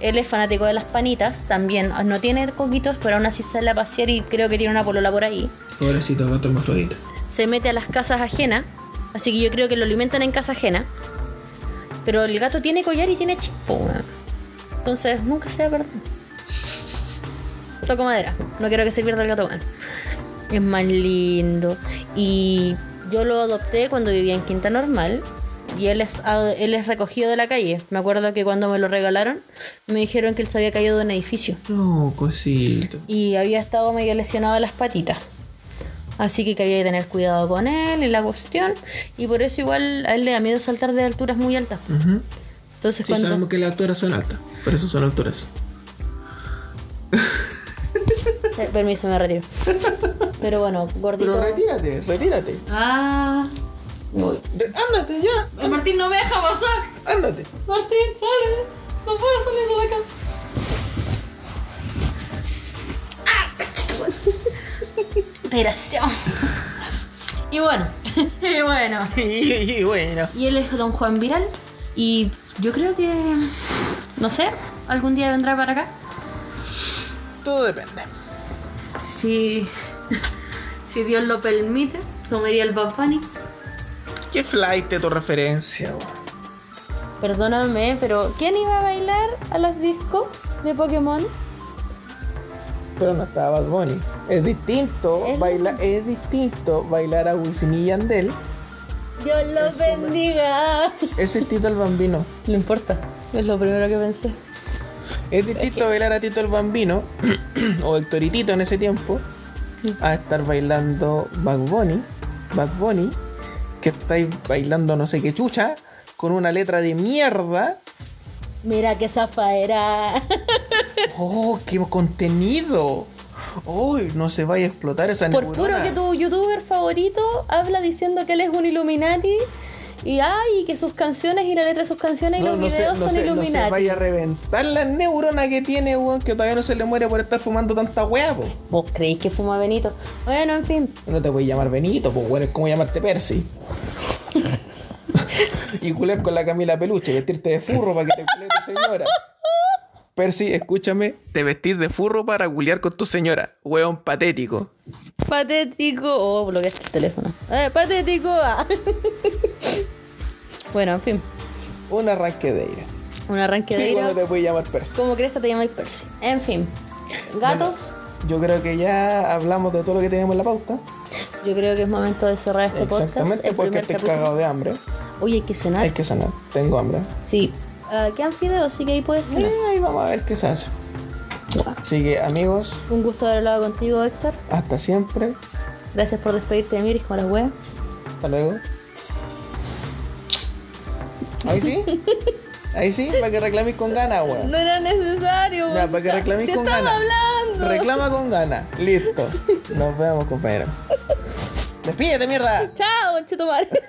[SPEAKER 1] Él es fanático de las panitas también. No tiene coquitos, pero aún así sale a pasear y creo que tiene una polola por ahí.
[SPEAKER 2] Pobrecito gato hermafrodita.
[SPEAKER 1] Se mete a las casas ajenas. Así que yo creo que lo alimentan en casa ajena. Pero el gato tiene collar y tiene chispo, weón. Entonces nunca se va a perder. Toco madera. No quiero que se pierda el gato, weón. Es más lindo. Y yo lo adopté cuando vivía en Quinta Normal. Y él es, a- él es recogido de la calle. Me acuerdo que cuando me lo regalaron, me dijeron que él se había caído de un edificio.
[SPEAKER 2] No, cosito.
[SPEAKER 1] Y había estado medio lesionado de las patitas. Así que que había que tener cuidado con él y la cuestión. Y por eso igual a él le da miedo saltar de alturas muy altas.
[SPEAKER 2] Ujú.
[SPEAKER 1] Entonces
[SPEAKER 2] Sí,
[SPEAKER 1] cuando...
[SPEAKER 2] sabemos que las alturas son altas. Por eso son alturas.
[SPEAKER 1] Eh, permiso, me retiro. Pero bueno, gordito...
[SPEAKER 2] Pero retírate, retírate.
[SPEAKER 3] Ah.
[SPEAKER 2] Re- ándate ya,
[SPEAKER 3] Martín no me deja pasar.
[SPEAKER 2] ándate.
[SPEAKER 3] Martín, sale. No puedo salir de la casa.
[SPEAKER 1] Ah, Desgraciado. Y bueno. y bueno.
[SPEAKER 2] Y, y bueno.
[SPEAKER 1] Y él es Don Juan Viral. Y yo creo que... No sé, algún día vendrá para acá.
[SPEAKER 2] Todo depende.
[SPEAKER 1] Si... si Dios lo permite, comería el papani.
[SPEAKER 2] ¿Qué flight de tu referencia? weón?
[SPEAKER 1] Perdóname, pero ¿quién iba a bailar a los discos de Pokémon?
[SPEAKER 2] Pero no estaba Bad Bunny. Es distinto,
[SPEAKER 1] Es-
[SPEAKER 2] baila- es distinto bailar a Wisin y Yandel.
[SPEAKER 1] Dios los bendiga.
[SPEAKER 2] Ese es Tito el Bambino.
[SPEAKER 1] No importa, es lo primero que pensé.
[SPEAKER 2] Es distinto bailar a Tito el Bambino o Hectoritito en ese tiempo a estar bailando Bad Bunny, Bad Bunny, que estáis bailando no sé qué chucha con una letra de mierda.
[SPEAKER 1] Mira qué zafa era.
[SPEAKER 2] ¡Oh, qué contenido! ¡Uy, no se vaya a explotar esa
[SPEAKER 1] Por
[SPEAKER 2] neurona!
[SPEAKER 1] puro que tu youtuber favorito habla diciendo que él es un Illuminati y ay, que sus canciones y la letra de sus canciones y
[SPEAKER 2] No,
[SPEAKER 1] los
[SPEAKER 2] no se,
[SPEAKER 1] videos
[SPEAKER 2] no,
[SPEAKER 1] son
[SPEAKER 2] se, no se
[SPEAKER 1] Illuminati.
[SPEAKER 2] vaya a reventar la neurona que tiene, weón, que todavía no se le muere por estar fumando tanta hueá, po.
[SPEAKER 1] ¿Vos creéis que fuma Benito? Bueno, en fin.
[SPEAKER 2] No te voy a llamar Benito, pues bueno, es como llamarte Percy. y culer con la Camila Peluche, vestirte de furro para que te cule tu señora. Percy, escúchame, te vestís de furro para culiar con tu señora. Hueón patético.
[SPEAKER 1] Patético. Oh, bloqueaste el teléfono. Eh, patético. ah. bueno, en fin.
[SPEAKER 2] Un arranque de ira.
[SPEAKER 1] Un arranque de
[SPEAKER 2] Sí,
[SPEAKER 1] ira.
[SPEAKER 2] cuando te voy a llamar Percy.
[SPEAKER 1] Como crees que te llamáis Percy. En fin. Gatos.
[SPEAKER 2] Yo creo que ya hablamos de todo lo que teníamos en la pauta.
[SPEAKER 1] Yo creo que es momento de cerrar este podcast.
[SPEAKER 2] Exactamente,
[SPEAKER 1] El
[SPEAKER 2] porque
[SPEAKER 1] primer
[SPEAKER 2] estoy
[SPEAKER 1] capítulo. ¿Ah?
[SPEAKER 2] cagado de hambre.
[SPEAKER 1] Oye, hay que cenar.
[SPEAKER 2] Hay que sanar. Tengo hambre.
[SPEAKER 1] Sí. Ah, quedan fideos, así que ahí puedes cenar.
[SPEAKER 2] Eh, ahí vamos a ver qué se hace. Así que, amigos,
[SPEAKER 1] Un gusto haber hablado contigo, Héctor.
[SPEAKER 2] hasta siempre.
[SPEAKER 1] Gracias por despedirte de Miris con las weas.
[SPEAKER 2] Hasta luego. Ahí sí. Ahí sí, para que reclames con ganas, weón.
[SPEAKER 1] No era necesario.
[SPEAKER 2] Ya, para que reclames
[SPEAKER 1] si
[SPEAKER 2] con
[SPEAKER 1] estaba
[SPEAKER 2] ganas.
[SPEAKER 1] hablando.
[SPEAKER 2] Reclama con ganas. Listo. Nos vemos, compañeros. Despídete, mierda.
[SPEAKER 1] Chao, chetumare.